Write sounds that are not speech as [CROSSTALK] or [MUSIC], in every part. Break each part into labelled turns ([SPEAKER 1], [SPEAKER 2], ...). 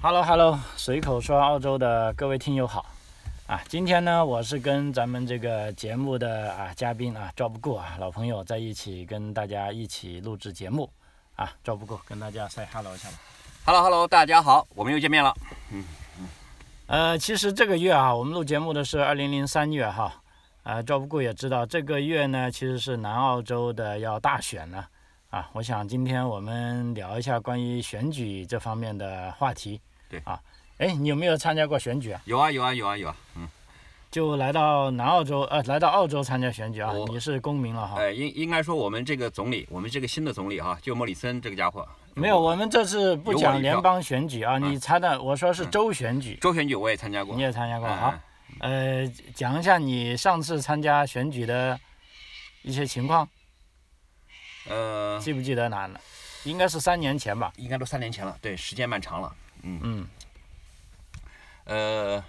[SPEAKER 1] Hello Hello，随口说澳洲的各位听友好，啊，今天呢，我是跟咱们这个节目的啊嘉宾啊赵不顾啊老朋友在一起跟大家一起录制节目，啊赵不顾跟大家 say hello 一下吧。
[SPEAKER 2] Hello Hello，大家好，我们又见面了。
[SPEAKER 1] 呃，其实这个月啊，我们录节目的是二零零三月哈，啊赵不顾也知道这个月呢其实是南澳洲的要大选了，啊，我想今天我们聊一下关于选举这方面的话题。
[SPEAKER 2] 对
[SPEAKER 1] 啊，哎，你有没有参加过选举啊？
[SPEAKER 2] 有啊有啊有啊有啊，
[SPEAKER 1] 就来到南澳洲，呃，来到澳洲参加选举啊，
[SPEAKER 2] 我
[SPEAKER 1] 你是公民了哈？
[SPEAKER 2] 呃，应应该说我们这个总理，我们这个新的总理哈，就莫里森这个家伙，
[SPEAKER 1] 没有，我们这次不
[SPEAKER 2] 有我一
[SPEAKER 1] 讲
[SPEAKER 2] 票
[SPEAKER 1] 联邦选举啊，
[SPEAKER 2] 嗯
[SPEAKER 1] 你参的，我说是州选举，
[SPEAKER 2] 州选举我也参加过
[SPEAKER 1] 你。也参加过
[SPEAKER 2] 嗯
[SPEAKER 1] 啊？呃，讲一下你上次参加选举的一些情况，
[SPEAKER 2] 呃，
[SPEAKER 1] 记不记得哪？应该是三年前吧？
[SPEAKER 2] 应该都三年前了，对，时间漫长了。
[SPEAKER 1] 嗯，
[SPEAKER 2] 呃，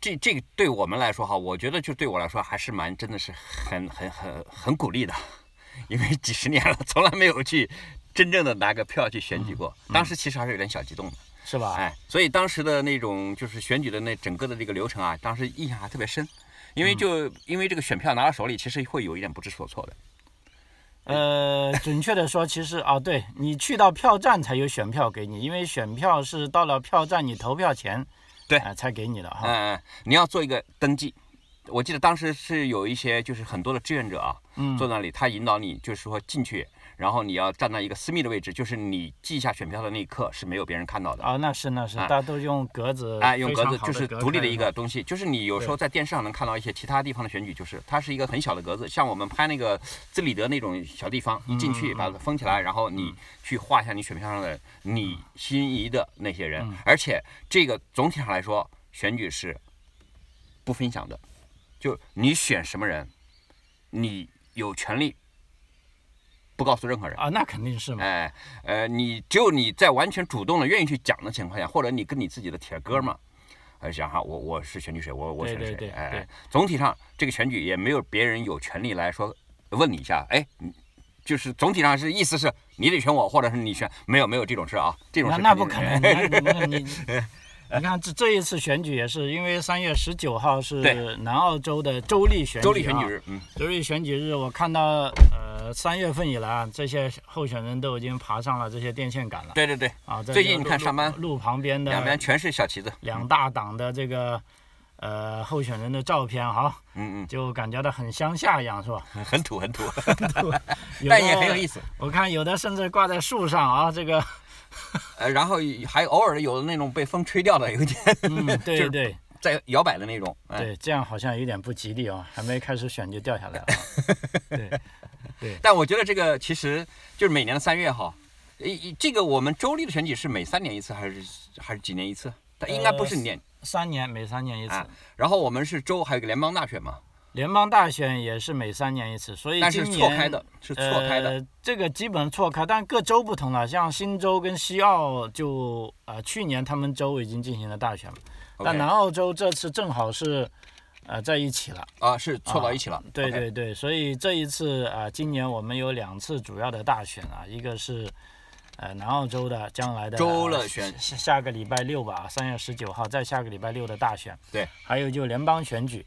[SPEAKER 2] 这这个对我们来说哈，我觉得就对我来说还是蛮真的是很很很很鼓励的， [LAUGHS] 因为几十年了，从来没有去真正的拿个票去选举过。当时其实还是有点小激动的。
[SPEAKER 1] 是吧？
[SPEAKER 2] 哎，所以当时的那种就是选举的那整个的这个流程啊，当时印象还特别深，因为就、因为这个选票拿到手里，其实会有一点不知所措的。
[SPEAKER 1] 呃，准确的说，其实啊，对你去到票站才有选票给你，因为选票是到了票站你投票前，
[SPEAKER 2] 对
[SPEAKER 1] 哎才给你的哈。
[SPEAKER 2] 嗯、你要做一个登记，我记得当时是有一些就是很多的志愿者啊，
[SPEAKER 1] 嗯
[SPEAKER 2] 坐那里，他引导你就是说进去，然后你要站在一个私密的位置，就是你记下选票的那一刻是没有别人看到的。
[SPEAKER 1] 啊，那是那是，
[SPEAKER 2] 哎
[SPEAKER 1] 大家都用格子，
[SPEAKER 2] 哎，用格子
[SPEAKER 1] 好
[SPEAKER 2] 就
[SPEAKER 1] 地
[SPEAKER 2] 是
[SPEAKER 1] 隔
[SPEAKER 2] 独立
[SPEAKER 1] 开
[SPEAKER 2] 的一个东西，就是你有时候在电视上能看到一些其他地方的选举，就是它是一个很小的格子，像我们拍那个自里德那种小地方，一进去把它封起来，然后你去画一下你选票上的你心仪的那些人，而且这个总体上来说，选举是不分享的，就你选什么人，你有权利不告诉任何人。
[SPEAKER 1] 啊，那肯定是嘛。
[SPEAKER 2] 哎，呃，你只有你在完全主动的愿意去讲的情况下，或者你跟你自己的铁哥们儿，呃，想哈，我我是选举谁，我我
[SPEAKER 1] 对
[SPEAKER 2] 选谁，
[SPEAKER 1] 对对
[SPEAKER 2] 哎，
[SPEAKER 1] 对
[SPEAKER 2] 哎总体上这个选举也没有别人有权利来说问你一下，哎，你就是总体上是意思是你得选我，或者是你选，没有没有这种事啊，这种
[SPEAKER 1] 那
[SPEAKER 2] 事
[SPEAKER 1] 那
[SPEAKER 2] 肯
[SPEAKER 1] 不
[SPEAKER 2] 定
[SPEAKER 1] 可
[SPEAKER 2] 没
[SPEAKER 1] 能，
[SPEAKER 2] [LAUGHS]
[SPEAKER 1] 那那你你看这这一次选举也是，因为三月十九号是
[SPEAKER 2] 对
[SPEAKER 1] 南澳洲的州立选举、啊，
[SPEAKER 2] 州立选举，日，嗯，
[SPEAKER 1] 州立选举日，我看到呃三月份以来啊，这些候选人都已经爬上了这些电线杆了
[SPEAKER 2] 对对对，
[SPEAKER 1] 啊。在
[SPEAKER 2] 最
[SPEAKER 1] 这
[SPEAKER 2] 近
[SPEAKER 1] 个
[SPEAKER 2] 你看
[SPEAKER 1] 路
[SPEAKER 2] 上班
[SPEAKER 1] 路旁边的
[SPEAKER 2] 两边全是小旗子，
[SPEAKER 1] 两大党的这个呃候选人的照片哈，
[SPEAKER 2] 嗯
[SPEAKER 1] 就感觉到很乡下一样，是吧？ [LAUGHS]
[SPEAKER 2] 嗯，很土很土，
[SPEAKER 1] 有
[SPEAKER 2] [LAUGHS]
[SPEAKER 1] 的
[SPEAKER 2] 但也很有意思。
[SPEAKER 1] 我看有的甚至挂在树上啊，这
[SPEAKER 2] [LAUGHS]
[SPEAKER 1] 个，
[SPEAKER 2] 呃，然后还偶尔有那种被风吹掉的，有点
[SPEAKER 1] 嗯，对对
[SPEAKER 2] 在摇摆的那种，哎。
[SPEAKER 1] 对，这样好像有点不吉利哦，还没开始选就掉下来
[SPEAKER 2] [LAUGHS]
[SPEAKER 1] 了啊。对，
[SPEAKER 2] 但我觉得这个其实就是每年的三月哈，一一这个我们州立的选举是每三年一次还是还是几年一次？它应该不是年。
[SPEAKER 1] 三年每三年一次
[SPEAKER 2] 啊，然后我们是州，还有一个联邦大选嘛，
[SPEAKER 1] 联邦大选也是每三年一次，所以
[SPEAKER 2] 但
[SPEAKER 1] 今
[SPEAKER 2] 是
[SPEAKER 1] 年
[SPEAKER 2] 错开的，是错开的。
[SPEAKER 1] 呃，这个基本错开，但各州不同了，像新州跟西澳就呃去年他们州已经进行了大选了，但
[SPEAKER 2] OK
[SPEAKER 1] 南澳洲这次正好是呃在一起了。
[SPEAKER 2] 啊，是错到一起了。
[SPEAKER 1] 对
[SPEAKER 2] OK
[SPEAKER 1] 对对，所以这一次啊、今年我们有两次主要的大选啊，一个是呃南澳洲的将来的
[SPEAKER 2] 州
[SPEAKER 1] 呃
[SPEAKER 2] 了选
[SPEAKER 1] 下下个礼拜六吧，三月十九号，在下个礼拜六的大选，
[SPEAKER 2] 对，
[SPEAKER 1] 还有就联邦选举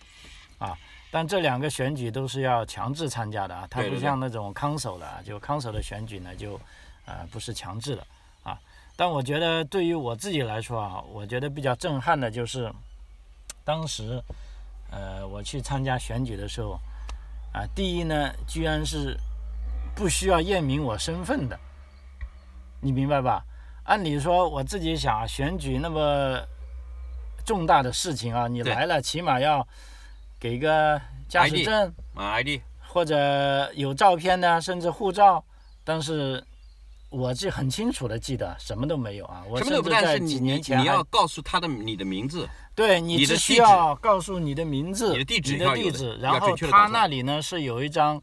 [SPEAKER 1] 啊，但这两个选举都是要强制参加的啊，它
[SPEAKER 2] 对
[SPEAKER 1] 不
[SPEAKER 2] 对对
[SPEAKER 1] 像那种 council 的啊，就 council 的选举呢就呃不是强制的啊，但我觉得对于我自己来说啊，我觉得比较震撼的就是当时。呃，我去参加选举的时候，啊，第一呢，居然是不需要验明我身份的，你明白吧？按理说我自己想啊，选举那么重大的事情啊，你
[SPEAKER 2] 对
[SPEAKER 1] 来了起码要给个驾驶
[SPEAKER 2] ID
[SPEAKER 1] 证
[SPEAKER 2] 啊，ID
[SPEAKER 1] 或者有照片呢，甚至护照，但是。我这很清楚的记得什么都没有啊！我
[SPEAKER 2] 什么
[SPEAKER 1] 甚
[SPEAKER 2] 都不
[SPEAKER 1] 至
[SPEAKER 2] 干，
[SPEAKER 1] 在
[SPEAKER 2] 是
[SPEAKER 1] 几
[SPEAKER 2] 你
[SPEAKER 1] 年
[SPEAKER 2] 你
[SPEAKER 1] 前还
[SPEAKER 2] 你要告诉他的你的名字，
[SPEAKER 1] 对你
[SPEAKER 2] 你的
[SPEAKER 1] 只需
[SPEAKER 2] 地址
[SPEAKER 1] 要告诉你的名字、
[SPEAKER 2] 你的地址
[SPEAKER 1] 你的
[SPEAKER 2] 要有
[SPEAKER 1] 地
[SPEAKER 2] 的
[SPEAKER 1] 址，
[SPEAKER 2] 要
[SPEAKER 1] 然后
[SPEAKER 2] 准确地
[SPEAKER 1] 他
[SPEAKER 2] 告诉
[SPEAKER 1] 那里呢是有一张，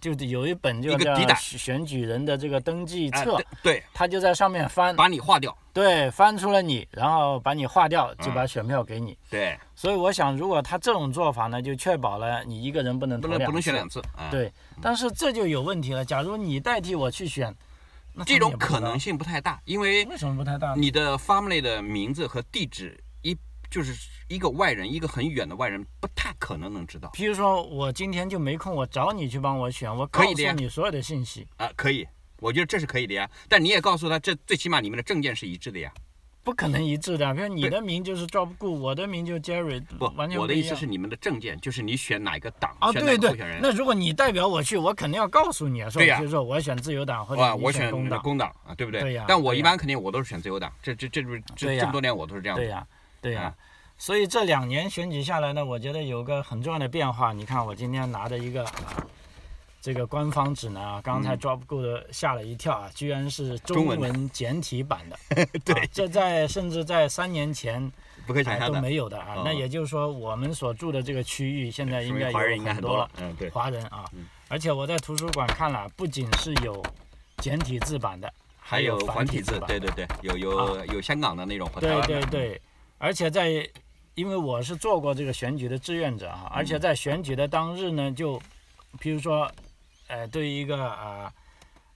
[SPEAKER 1] 就是有一本就
[SPEAKER 2] 一个
[SPEAKER 1] 叫
[SPEAKER 2] 底胆
[SPEAKER 1] 选选举人的这个登记
[SPEAKER 2] 哎
[SPEAKER 1] 册，
[SPEAKER 2] 对对，
[SPEAKER 1] 他就在上面翻，
[SPEAKER 2] 把你划掉，
[SPEAKER 1] 对，翻出了你，然后把你划掉，
[SPEAKER 2] 嗯
[SPEAKER 1] 就把选票给你。
[SPEAKER 2] 对，
[SPEAKER 1] 所以我想，如果他这种做法呢，就确保了你一个人不能
[SPEAKER 2] 不
[SPEAKER 1] 投
[SPEAKER 2] 能
[SPEAKER 1] 两
[SPEAKER 2] 不能选
[SPEAKER 1] 次
[SPEAKER 2] 两次，哎，
[SPEAKER 1] 对，但是这就有问题了。假如你代替我去选，那他们
[SPEAKER 2] 这种
[SPEAKER 1] 也不知
[SPEAKER 2] 可
[SPEAKER 1] 道
[SPEAKER 2] 能性不太大，因为
[SPEAKER 1] 为什么不太大呢？
[SPEAKER 2] 你的 family 的名字和地址一就是一个外人，一个很远的外人不太可能能知道
[SPEAKER 1] 比如说我今天就没空，我找你去帮我选，我告
[SPEAKER 2] 可以
[SPEAKER 1] 诉
[SPEAKER 2] 的呀
[SPEAKER 1] 你所有的信息，
[SPEAKER 2] 啊、可以，我觉得这是可以的呀。但你也告诉他，这最起码你们的证件是一致的呀。
[SPEAKER 1] 不可能一致的。比如你的名就是 Job 顾，我的名就 Jerry，
[SPEAKER 2] 不，
[SPEAKER 1] 完全
[SPEAKER 2] 我的
[SPEAKER 1] 不一
[SPEAKER 2] 意思
[SPEAKER 1] 样
[SPEAKER 2] 是你们的证件，就是你选哪个党，
[SPEAKER 1] 啊，
[SPEAKER 2] 选哪
[SPEAKER 1] 对
[SPEAKER 2] 个候选
[SPEAKER 1] 对，
[SPEAKER 2] 人。
[SPEAKER 1] 那如果你代表我去，我肯定要告诉你啊，说
[SPEAKER 2] 对呀
[SPEAKER 1] 比如说我选自由党或
[SPEAKER 2] 哇，
[SPEAKER 1] 者你
[SPEAKER 2] 我选
[SPEAKER 1] 工党，
[SPEAKER 2] 工党啊，对不对？
[SPEAKER 1] 对呀
[SPEAKER 2] 但我
[SPEAKER 1] 对
[SPEAKER 2] 一
[SPEAKER 1] 呀
[SPEAKER 2] 般肯定我都是选自由党，这这这不是
[SPEAKER 1] 对
[SPEAKER 2] 这
[SPEAKER 1] 呀
[SPEAKER 2] 这么多年我都是这样
[SPEAKER 1] 对
[SPEAKER 2] 的。
[SPEAKER 1] 呀、对呀、
[SPEAKER 2] 啊
[SPEAKER 1] 所以这两年选举下来呢，我觉得有个很重要的变化。你看，我今天拿着一个啊，这个官方指南啊，刚才 Job Good 吓了一跳啊，居然是中
[SPEAKER 2] 中文
[SPEAKER 1] 文简体版的。
[SPEAKER 2] [LAUGHS]
[SPEAKER 1] 对、这在甚至在三年前
[SPEAKER 2] 不可以想
[SPEAKER 1] 啊
[SPEAKER 2] 象
[SPEAKER 1] 都
[SPEAKER 2] 的。
[SPEAKER 1] 没有的啊。
[SPEAKER 2] 嗯
[SPEAKER 1] 那也就是说，我们所住的这个区域现在
[SPEAKER 2] 说
[SPEAKER 1] 应
[SPEAKER 2] 明
[SPEAKER 1] 该
[SPEAKER 2] 华人
[SPEAKER 1] 有
[SPEAKER 2] 应该很
[SPEAKER 1] 多
[SPEAKER 2] 了，嗯，对，
[SPEAKER 1] 华人啊
[SPEAKER 2] 嗯。
[SPEAKER 1] 而且我在图书馆看了，不仅是有简体字版的，
[SPEAKER 2] 还有繁
[SPEAKER 1] 繁
[SPEAKER 2] 体
[SPEAKER 1] 字
[SPEAKER 2] 字，
[SPEAKER 1] 版。
[SPEAKER 2] 对对对，有有有香港的那种和台
[SPEAKER 1] 对
[SPEAKER 2] 湾
[SPEAKER 1] 对
[SPEAKER 2] 的，
[SPEAKER 1] 对，而且在，因为我是做过这个选举的志愿者哈，
[SPEAKER 2] 嗯
[SPEAKER 1] 而且在选举的当日呢，就，比如说，呃，对于一个啊、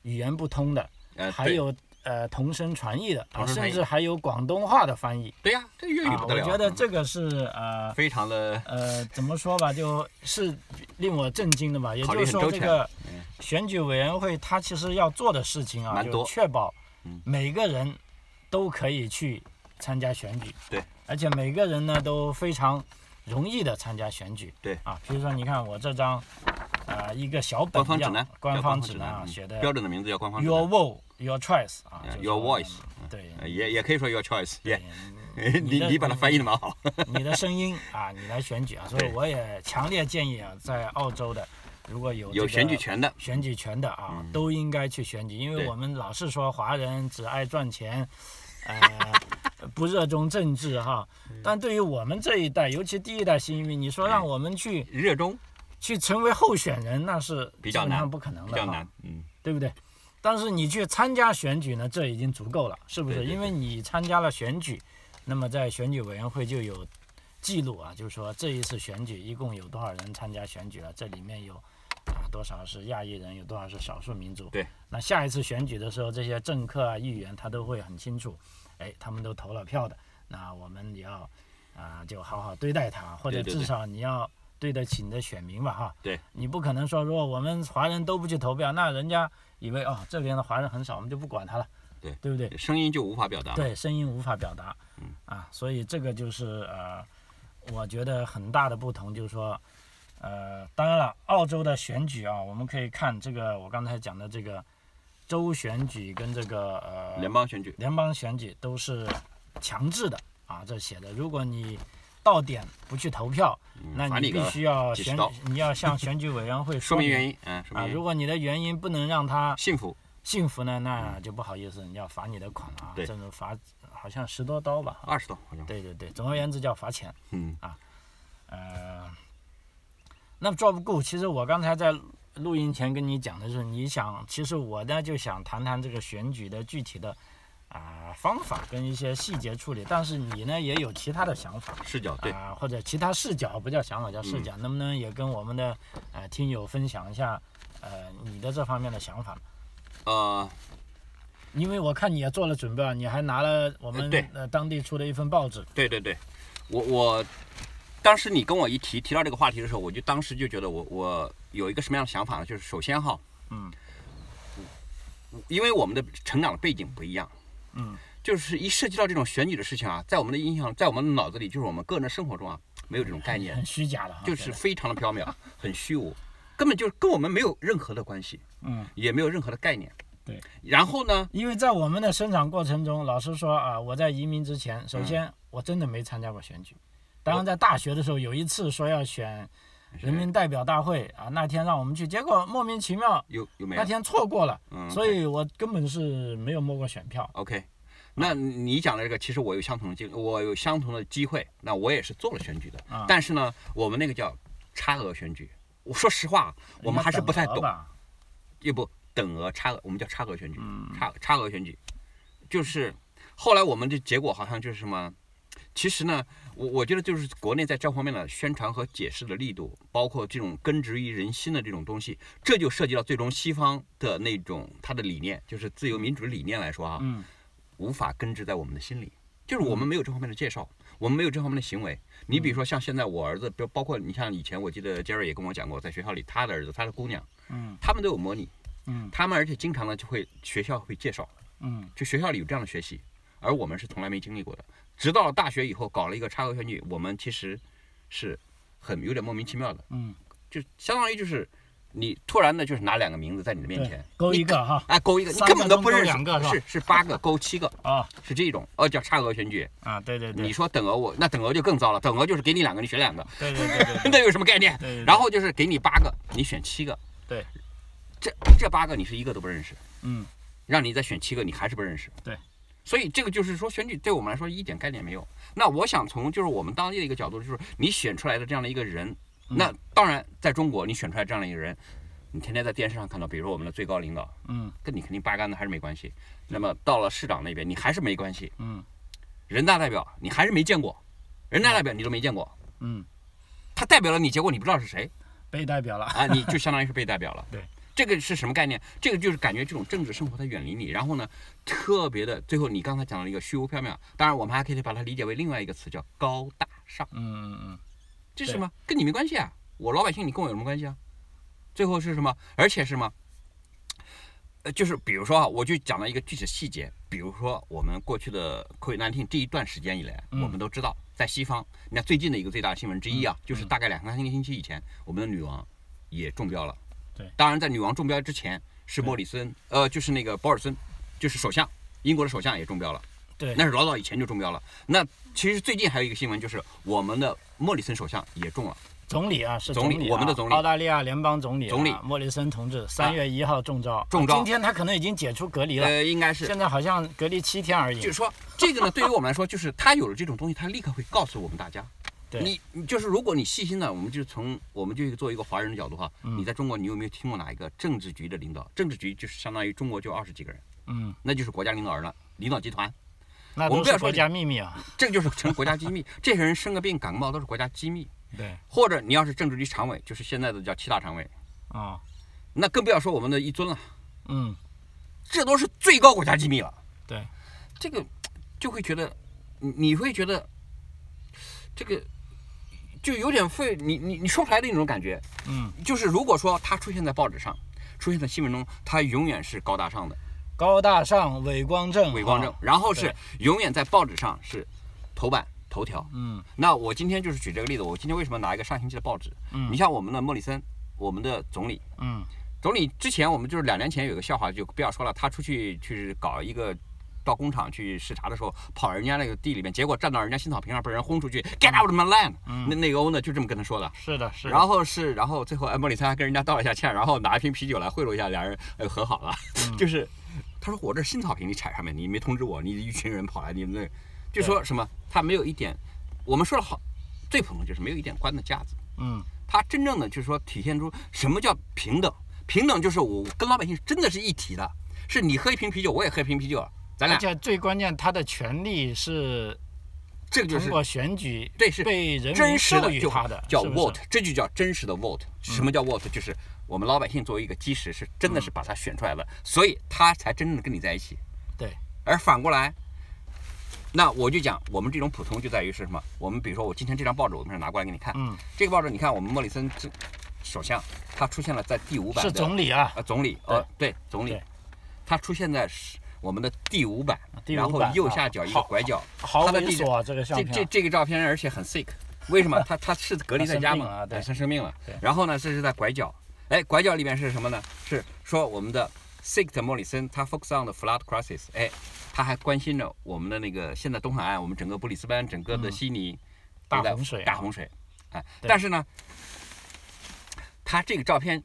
[SPEAKER 1] 语言不通的，
[SPEAKER 2] 呃，
[SPEAKER 1] 还
[SPEAKER 2] 对
[SPEAKER 1] 有呃同声传译的，啊
[SPEAKER 2] 同声传
[SPEAKER 1] 甚
[SPEAKER 2] 译
[SPEAKER 1] 至还有广东话的翻译
[SPEAKER 2] 对呀，这粤语
[SPEAKER 1] 啊，
[SPEAKER 2] 不得
[SPEAKER 1] 我
[SPEAKER 2] 了，
[SPEAKER 1] 觉得
[SPEAKER 2] 嗯
[SPEAKER 1] 这个是呃
[SPEAKER 2] 非常
[SPEAKER 1] [LAUGHS]
[SPEAKER 2] 的
[SPEAKER 1] 呃怎么说吧，就是令我震惊的吧，也
[SPEAKER 2] 考
[SPEAKER 1] 就
[SPEAKER 2] 虑
[SPEAKER 1] 是
[SPEAKER 2] 很
[SPEAKER 1] 说
[SPEAKER 2] 周
[SPEAKER 1] 这
[SPEAKER 2] 全
[SPEAKER 1] 个选举委员会它其实要做的事情啊，
[SPEAKER 2] 蛮
[SPEAKER 1] 就
[SPEAKER 2] 多
[SPEAKER 1] 确保
[SPEAKER 2] 嗯
[SPEAKER 1] 每个人都可以去参加选举。
[SPEAKER 2] 对，
[SPEAKER 1] 而且每个人呢都非常容易的参加选举。
[SPEAKER 2] 对
[SPEAKER 1] 啊，比如说你看我这张，呃，一个小本
[SPEAKER 2] 官方
[SPEAKER 1] 样
[SPEAKER 2] 指南，
[SPEAKER 1] 官
[SPEAKER 2] 叫
[SPEAKER 1] 方
[SPEAKER 2] 指
[SPEAKER 1] 南啊，
[SPEAKER 2] 嗯
[SPEAKER 1] 写的
[SPEAKER 2] 标准的名字叫官方指
[SPEAKER 1] Your
[SPEAKER 2] 南
[SPEAKER 1] vote, your choice 啊
[SPEAKER 2] 嗯
[SPEAKER 1] 就是
[SPEAKER 2] ，Your
[SPEAKER 1] 说
[SPEAKER 2] voice，
[SPEAKER 1] 对，嗯
[SPEAKER 2] 呃，也也可以说 your choice，也 [LAUGHS]
[SPEAKER 1] 对
[SPEAKER 2] 你
[SPEAKER 1] 的
[SPEAKER 2] 你把它翻译的蛮好，
[SPEAKER 1] 你的声音啊，你来选举啊，所以
[SPEAKER 2] 对
[SPEAKER 1] 我也强烈建议啊，在澳洲的如果有
[SPEAKER 2] 有
[SPEAKER 1] 这个
[SPEAKER 2] 选举权的，
[SPEAKER 1] 选举权的啊，
[SPEAKER 2] 嗯
[SPEAKER 1] 都应该去选举，因为
[SPEAKER 2] 对
[SPEAKER 1] 我们老是说华人只爱赚钱，呃，不热衷政治哈。但对于我们这一代，尤其第一代新移民，你说
[SPEAKER 2] 嗯
[SPEAKER 1] 让我们去
[SPEAKER 2] 热衷
[SPEAKER 1] 去成为候选人，那是
[SPEAKER 2] 比较
[SPEAKER 1] 基本上
[SPEAKER 2] 难
[SPEAKER 1] 不可能
[SPEAKER 2] 比
[SPEAKER 1] 的
[SPEAKER 2] 较
[SPEAKER 1] 哈
[SPEAKER 2] 难，，嗯，
[SPEAKER 1] 对不对？但是你去参加选举呢，这已经足够了，是不是？
[SPEAKER 2] 对对对
[SPEAKER 1] 因为你参加了选举，那么在选举委员会就有记录啊，就是说这一次选举一共有多少人参加选举了，这里面有啊多少是亚裔人，有多少是少数民族。
[SPEAKER 2] 对。
[SPEAKER 1] 那下一次选举的时候，这些政客啊、议员他都会很清楚，哎，他们都投了票的，那我们也要啊、就好好对待他，或者
[SPEAKER 2] 对对对
[SPEAKER 1] 至少你要对得起你的选民吧，哈。
[SPEAKER 2] 对。
[SPEAKER 1] 你不可能说，如果我们华人都不去投票，那人家以为哦这边的华人很少，我们就不管他了，
[SPEAKER 2] 对嗯
[SPEAKER 1] 对不对？
[SPEAKER 2] 声音就无法表达，
[SPEAKER 1] 嗯对，声音无法表达，啊，所以这个就是呃，我觉得很大的不同，就是说，呃，当然了，澳洲的选举啊，我们可以看这个我刚才讲的这个州选举跟这个呃
[SPEAKER 2] 联邦选举，
[SPEAKER 1] 联邦选举都是强制的啊，这写的，如果你到点不去投票，那
[SPEAKER 2] 嗯罚
[SPEAKER 1] 你
[SPEAKER 2] 你
[SPEAKER 1] 必
[SPEAKER 2] 个
[SPEAKER 1] 须要
[SPEAKER 2] 几十
[SPEAKER 1] 选
[SPEAKER 2] 刀，
[SPEAKER 1] 你要向选举委员会
[SPEAKER 2] [LAUGHS] 说明原
[SPEAKER 1] 因
[SPEAKER 2] 因，嗯，说
[SPEAKER 1] 啊，
[SPEAKER 2] 明原
[SPEAKER 1] 如
[SPEAKER 2] 因，
[SPEAKER 1] 果你的原因不能让他。
[SPEAKER 2] 幸福，
[SPEAKER 1] 幸福呢，那就不好意思，你要罚你的款了啊，
[SPEAKER 2] 嗯对
[SPEAKER 1] 这种罚好像十多刀吧。
[SPEAKER 2] 二十多好像，
[SPEAKER 1] 对对对，总而言之叫罚钱。
[SPEAKER 2] 嗯，
[SPEAKER 1] 呃，那么 job 顾，其实我刚才在录音前跟你讲的是，你想，其实我呢就想谈谈这个选举的具体的啊、方法跟一些细节处理，但是你呢也有其他的想法。
[SPEAKER 2] 视角对，嗯
[SPEAKER 1] 啊、或者其他视角，不叫想法，叫视角，能不能也跟我们的呃听友分享一下，呃你的这方面的想法呢？
[SPEAKER 2] 呃，
[SPEAKER 1] 因为我看你也做了准备啊，你还拿了我们
[SPEAKER 2] 呃对
[SPEAKER 1] 呃当地出的一份报纸，
[SPEAKER 2] 对对对，我我当时你跟我一提提到这个话题的时候，我就当时就觉得我我有一个什么样的想法呢？就是首先哈，
[SPEAKER 1] 嗯，
[SPEAKER 2] 因为我们的成长的背景不一样，
[SPEAKER 1] 嗯，
[SPEAKER 2] 就是一涉及到这种选举的事情啊，在我们的印象，在我们脑子里，就是我们个人的生活中啊，没有这种概念
[SPEAKER 1] [LAUGHS] 很，虚假的哈，
[SPEAKER 2] 就是
[SPEAKER 1] 觉得
[SPEAKER 2] 非常的缥缈，很虚无，根本就是跟我们没有任何的关系，
[SPEAKER 1] 嗯，
[SPEAKER 2] 也没有任何的概念。
[SPEAKER 1] 对，
[SPEAKER 2] 然后呢，
[SPEAKER 1] 因为在我们的生长过程中，老实说啊，我在移民之前，首
[SPEAKER 2] 嗯
[SPEAKER 1] 先我真的没参加过选举，当然在大学的时候有一次说要选人民代表大会啊，那天让我们去，结果莫名其妙
[SPEAKER 2] 有有没有
[SPEAKER 1] 那天错过了，
[SPEAKER 2] 嗯
[SPEAKER 1] 所以我根本是没有摸过选票，
[SPEAKER 2] ？OK，那你讲的这个，其实我有相同的经，我有相同的机会，那我也是做了选举的，
[SPEAKER 1] 啊
[SPEAKER 2] 但是呢，我们那个叫差额选举，我说实话，啊我们还是不太
[SPEAKER 1] 应该等
[SPEAKER 2] 懂啊
[SPEAKER 1] 着。吧，
[SPEAKER 2] 也不等额差额，我们叫差额选
[SPEAKER 1] 嗯
[SPEAKER 2] 举，差差额选举，就是后来我们的结果好像就是什么，其实呢，我我觉得就是国内在这方面的宣传和解释的力度，包括这种根植于人心的这种东西，这就涉及到最终西方的那种它的理念，就是自由民主的理念来说啊，
[SPEAKER 1] 嗯，
[SPEAKER 2] 无法根植在我们的心里，就是我们没有这方面的介绍，我们没有这方面的行为。你
[SPEAKER 1] 嗯
[SPEAKER 2] 比如说像现在我儿子，比如包括你像以前我记得杰瑞也跟我讲过，在学校里他的儿子、他的姑娘，
[SPEAKER 1] 嗯，
[SPEAKER 2] 他们都有模拟，
[SPEAKER 1] 嗯，
[SPEAKER 2] 他们而且经常呢就会学校会介绍，
[SPEAKER 1] 嗯，
[SPEAKER 2] 就学校里有这样的学习，而我们是从来没经历过的。直到了大学以后搞了一个插科选举，我们其实是很有点莫名其妙的，
[SPEAKER 1] 嗯，
[SPEAKER 2] 就相当于就是你突然的就是拿两个名字在你的面前
[SPEAKER 1] 对，勾一
[SPEAKER 2] 你
[SPEAKER 1] 个哈
[SPEAKER 2] 哎，勾一个，你
[SPEAKER 1] 三
[SPEAKER 2] 根
[SPEAKER 1] 个
[SPEAKER 2] 本都
[SPEAKER 1] 中
[SPEAKER 2] 不
[SPEAKER 1] 勾
[SPEAKER 2] 认识，
[SPEAKER 1] 两个是吧
[SPEAKER 2] 是是八个勾七个，
[SPEAKER 1] 啊
[SPEAKER 2] 是这种，哦，叫差额选举。
[SPEAKER 1] 啊，对对对
[SPEAKER 2] 你，说等额我，那等额就更糟了，等额就是给你两个，你选两个，
[SPEAKER 1] 对对对对对
[SPEAKER 2] [LAUGHS] 那有什么概念？
[SPEAKER 1] 对，
[SPEAKER 2] 然后就是给你八个，你选七个，
[SPEAKER 1] 嗯对，
[SPEAKER 2] 这这八个你是一个都不认识，
[SPEAKER 1] 嗯，
[SPEAKER 2] 让你再选七个，你还是不认识，
[SPEAKER 1] 对。
[SPEAKER 2] 所以这个就是说，选举对我们来说一点概念没有。那我想从就是我们当地的一个角度，就是你选出来的这样的一个人，
[SPEAKER 1] 嗯
[SPEAKER 2] 那当然在中国你选出来这样的一个人，你天天在电视上看到，比如说我们的最高领导，
[SPEAKER 1] 嗯
[SPEAKER 2] 跟你肯定八竿子还是没关系。那么到了市长那边，你还是没关系。
[SPEAKER 1] 嗯
[SPEAKER 2] 人大代表你还是没见过，人大代表你都没见过，
[SPEAKER 1] 嗯，
[SPEAKER 2] 他代表了你，结果你不知道是谁
[SPEAKER 1] 被代表了，
[SPEAKER 2] 啊，你就相当于是被代表了。
[SPEAKER 1] 对，
[SPEAKER 2] 这个是什么概念？这个就是感觉这种政治生活它远离你，然后呢，特别的。最后你刚才讲了一个虚无缥缈，当然我们还可以把它理解为另外一个词叫高大上，
[SPEAKER 1] 嗯嗯嗯，
[SPEAKER 2] 这是什么？跟你没关系啊，我老百姓你跟我有什么关系啊？最后是什么？而且是什么？呃，就是比如说啊，我就讲了一个具体的细节，比如说我们过去的 COVID-19 这一段时间以来，
[SPEAKER 1] 嗯
[SPEAKER 2] 我们都知道，在西方，你看最近的一个最大的新闻之一啊，就是
[SPEAKER 1] 嗯
[SPEAKER 2] 大概两三个星期以前，我们的女王也中标了。
[SPEAKER 1] 对
[SPEAKER 2] 当然在女王中标之前，是莫里森，呃，就是那个保尔森，就是首相，英国的首相也中标了。
[SPEAKER 1] 对
[SPEAKER 2] 那是老早以前就中标了。那其实最近还有一个新闻，就是我们的莫里森首相也中了。
[SPEAKER 1] 总理啊是
[SPEAKER 2] 总理
[SPEAKER 1] 理啊，
[SPEAKER 2] 我们的总理
[SPEAKER 1] 澳大利亚联邦总理啊
[SPEAKER 2] 总理
[SPEAKER 1] 莫里森同志，三月一号中招，
[SPEAKER 2] 中招
[SPEAKER 1] 今天他可能已经解除隔离了，
[SPEAKER 2] 呃，应该是
[SPEAKER 1] 现在好像隔离七天而已
[SPEAKER 2] 就是，说，这个呢，对于我们来说，就是他有了这种东西，他立刻会告诉我们大家。
[SPEAKER 1] [LAUGHS] 对
[SPEAKER 2] 你你就是如果你细心的，我们就从我们就做一个华人的角度哈，
[SPEAKER 1] 嗯
[SPEAKER 2] 你在中国，你有没有听过哪一个政治局的领导？政治局就是相当于中国就二十几个人，
[SPEAKER 1] 嗯，
[SPEAKER 2] 那就是国家领导人了，领导集团，
[SPEAKER 1] 那
[SPEAKER 2] 我们
[SPEAKER 1] 都
[SPEAKER 2] 不要
[SPEAKER 1] 是
[SPEAKER 2] 说
[SPEAKER 1] 国家秘密啊，
[SPEAKER 2] 这个就是成国家机密。这些人生个病、感个冒都是国家机密，
[SPEAKER 1] 对，
[SPEAKER 2] 或者你要是政治局常委，就是现在的叫七大常委，
[SPEAKER 1] 哦，
[SPEAKER 2] 那更不要说我们的一尊了，
[SPEAKER 1] 嗯，
[SPEAKER 2] 这都是最高国家机密了。
[SPEAKER 1] 对，
[SPEAKER 2] 这个就会觉得，你你会觉得这个就有点费你你你说不出来的那种感觉。
[SPEAKER 1] 嗯，
[SPEAKER 2] 就是如果说它出现在报纸上，出现在新闻中，它永远是高大上的
[SPEAKER 1] 高大上，伟光正，
[SPEAKER 2] 伪光正，
[SPEAKER 1] 啊，
[SPEAKER 2] 然后是
[SPEAKER 1] 对
[SPEAKER 2] 永远在报纸上是头版头条。
[SPEAKER 1] 嗯
[SPEAKER 2] 那我今天就是举这个例子，我今天为什么拿一个上星期的报纸？
[SPEAKER 1] 嗯
[SPEAKER 2] 你像我们的莫里森，我们的总理，
[SPEAKER 1] 嗯
[SPEAKER 2] 总理之前我们就是两年前有个笑话，就不要说了。他出去去搞一个，到工厂去视察的时候，跑人家那个地里面，结果站到人家新草坪上，被人轰出去，Get out of my land！、那那个欧呢就这么跟他说的。
[SPEAKER 1] 是的，是的，
[SPEAKER 2] 然后是，然后最后哎，莫里森还跟人家道了一下歉，然后拿一瓶啤酒来贿赂一下，俩人哎和好了。就是他说我这新草坪你踩上面，你没通知我，你一群人跑来，你们那就说什么他没有一点，我们说了好，最普通就是没有一点官的架子。
[SPEAKER 1] 嗯
[SPEAKER 2] 它真正的就是说体现出什么叫平等。平等就是我跟老百姓真的是一体的，是你喝一瓶啤酒，我也喝一瓶啤酒，咱
[SPEAKER 1] 而
[SPEAKER 2] 俩
[SPEAKER 1] 且最关键，他的权利是
[SPEAKER 2] 这个就
[SPEAKER 1] 通
[SPEAKER 2] 是
[SPEAKER 1] 过选举
[SPEAKER 2] 对是
[SPEAKER 1] 被人
[SPEAKER 2] 真
[SPEAKER 1] 民
[SPEAKER 2] 实
[SPEAKER 1] 授
[SPEAKER 2] 的
[SPEAKER 1] 予
[SPEAKER 2] 就
[SPEAKER 1] 他的，
[SPEAKER 2] 叫
[SPEAKER 1] 是嗯不
[SPEAKER 2] vote，
[SPEAKER 1] 是
[SPEAKER 2] 这就叫真实的 vote。什么叫 vote？就是我们老百姓作为一个基石，是真的是把它选出来了，所以他才真正的跟你在一起。
[SPEAKER 1] 嗯对，
[SPEAKER 2] 而反过来，那我就讲我们这种普通就在于是什么？我们比如说我今天这张报纸，我们是拿过来给你看，
[SPEAKER 1] 嗯，
[SPEAKER 2] 这个报纸你看我们莫里森这首相他出现了在第五版
[SPEAKER 1] 是
[SPEAKER 2] 的
[SPEAKER 1] 总理啊，
[SPEAKER 2] 呃，总理，呃，对，总理
[SPEAKER 1] 对，
[SPEAKER 2] 他出现在是我们的第五版，
[SPEAKER 1] 第五
[SPEAKER 2] 然后
[SPEAKER 1] 版
[SPEAKER 2] 右
[SPEAKER 1] 啊
[SPEAKER 2] 下角一个
[SPEAKER 1] 好
[SPEAKER 2] 拐角，
[SPEAKER 1] 好
[SPEAKER 2] 他的
[SPEAKER 1] 猥
[SPEAKER 2] 地址
[SPEAKER 1] 琐啊，这个相
[SPEAKER 2] 这
[SPEAKER 1] 片啊，
[SPEAKER 2] 这这个照片，而且很 sick，为什么？他他是隔离
[SPEAKER 1] 他
[SPEAKER 2] 在
[SPEAKER 1] 生
[SPEAKER 2] 家
[SPEAKER 1] 病
[SPEAKER 2] 嘛
[SPEAKER 1] 了啊，对
[SPEAKER 2] 哎他生病了
[SPEAKER 1] 对。
[SPEAKER 2] 然后呢，这是在拐角，哎，拐角里面是什么呢？是说我们的 sick 的莫里森，他 focus on the flood crisis，哎，他还关心着我们的那个现在东海岸，我们整个布里斯班，整个的悉尼，
[SPEAKER 1] 嗯大
[SPEAKER 2] 都在
[SPEAKER 1] 洪水啊
[SPEAKER 2] 大洪水，哎，
[SPEAKER 1] 对
[SPEAKER 2] 但是呢，他这个照片。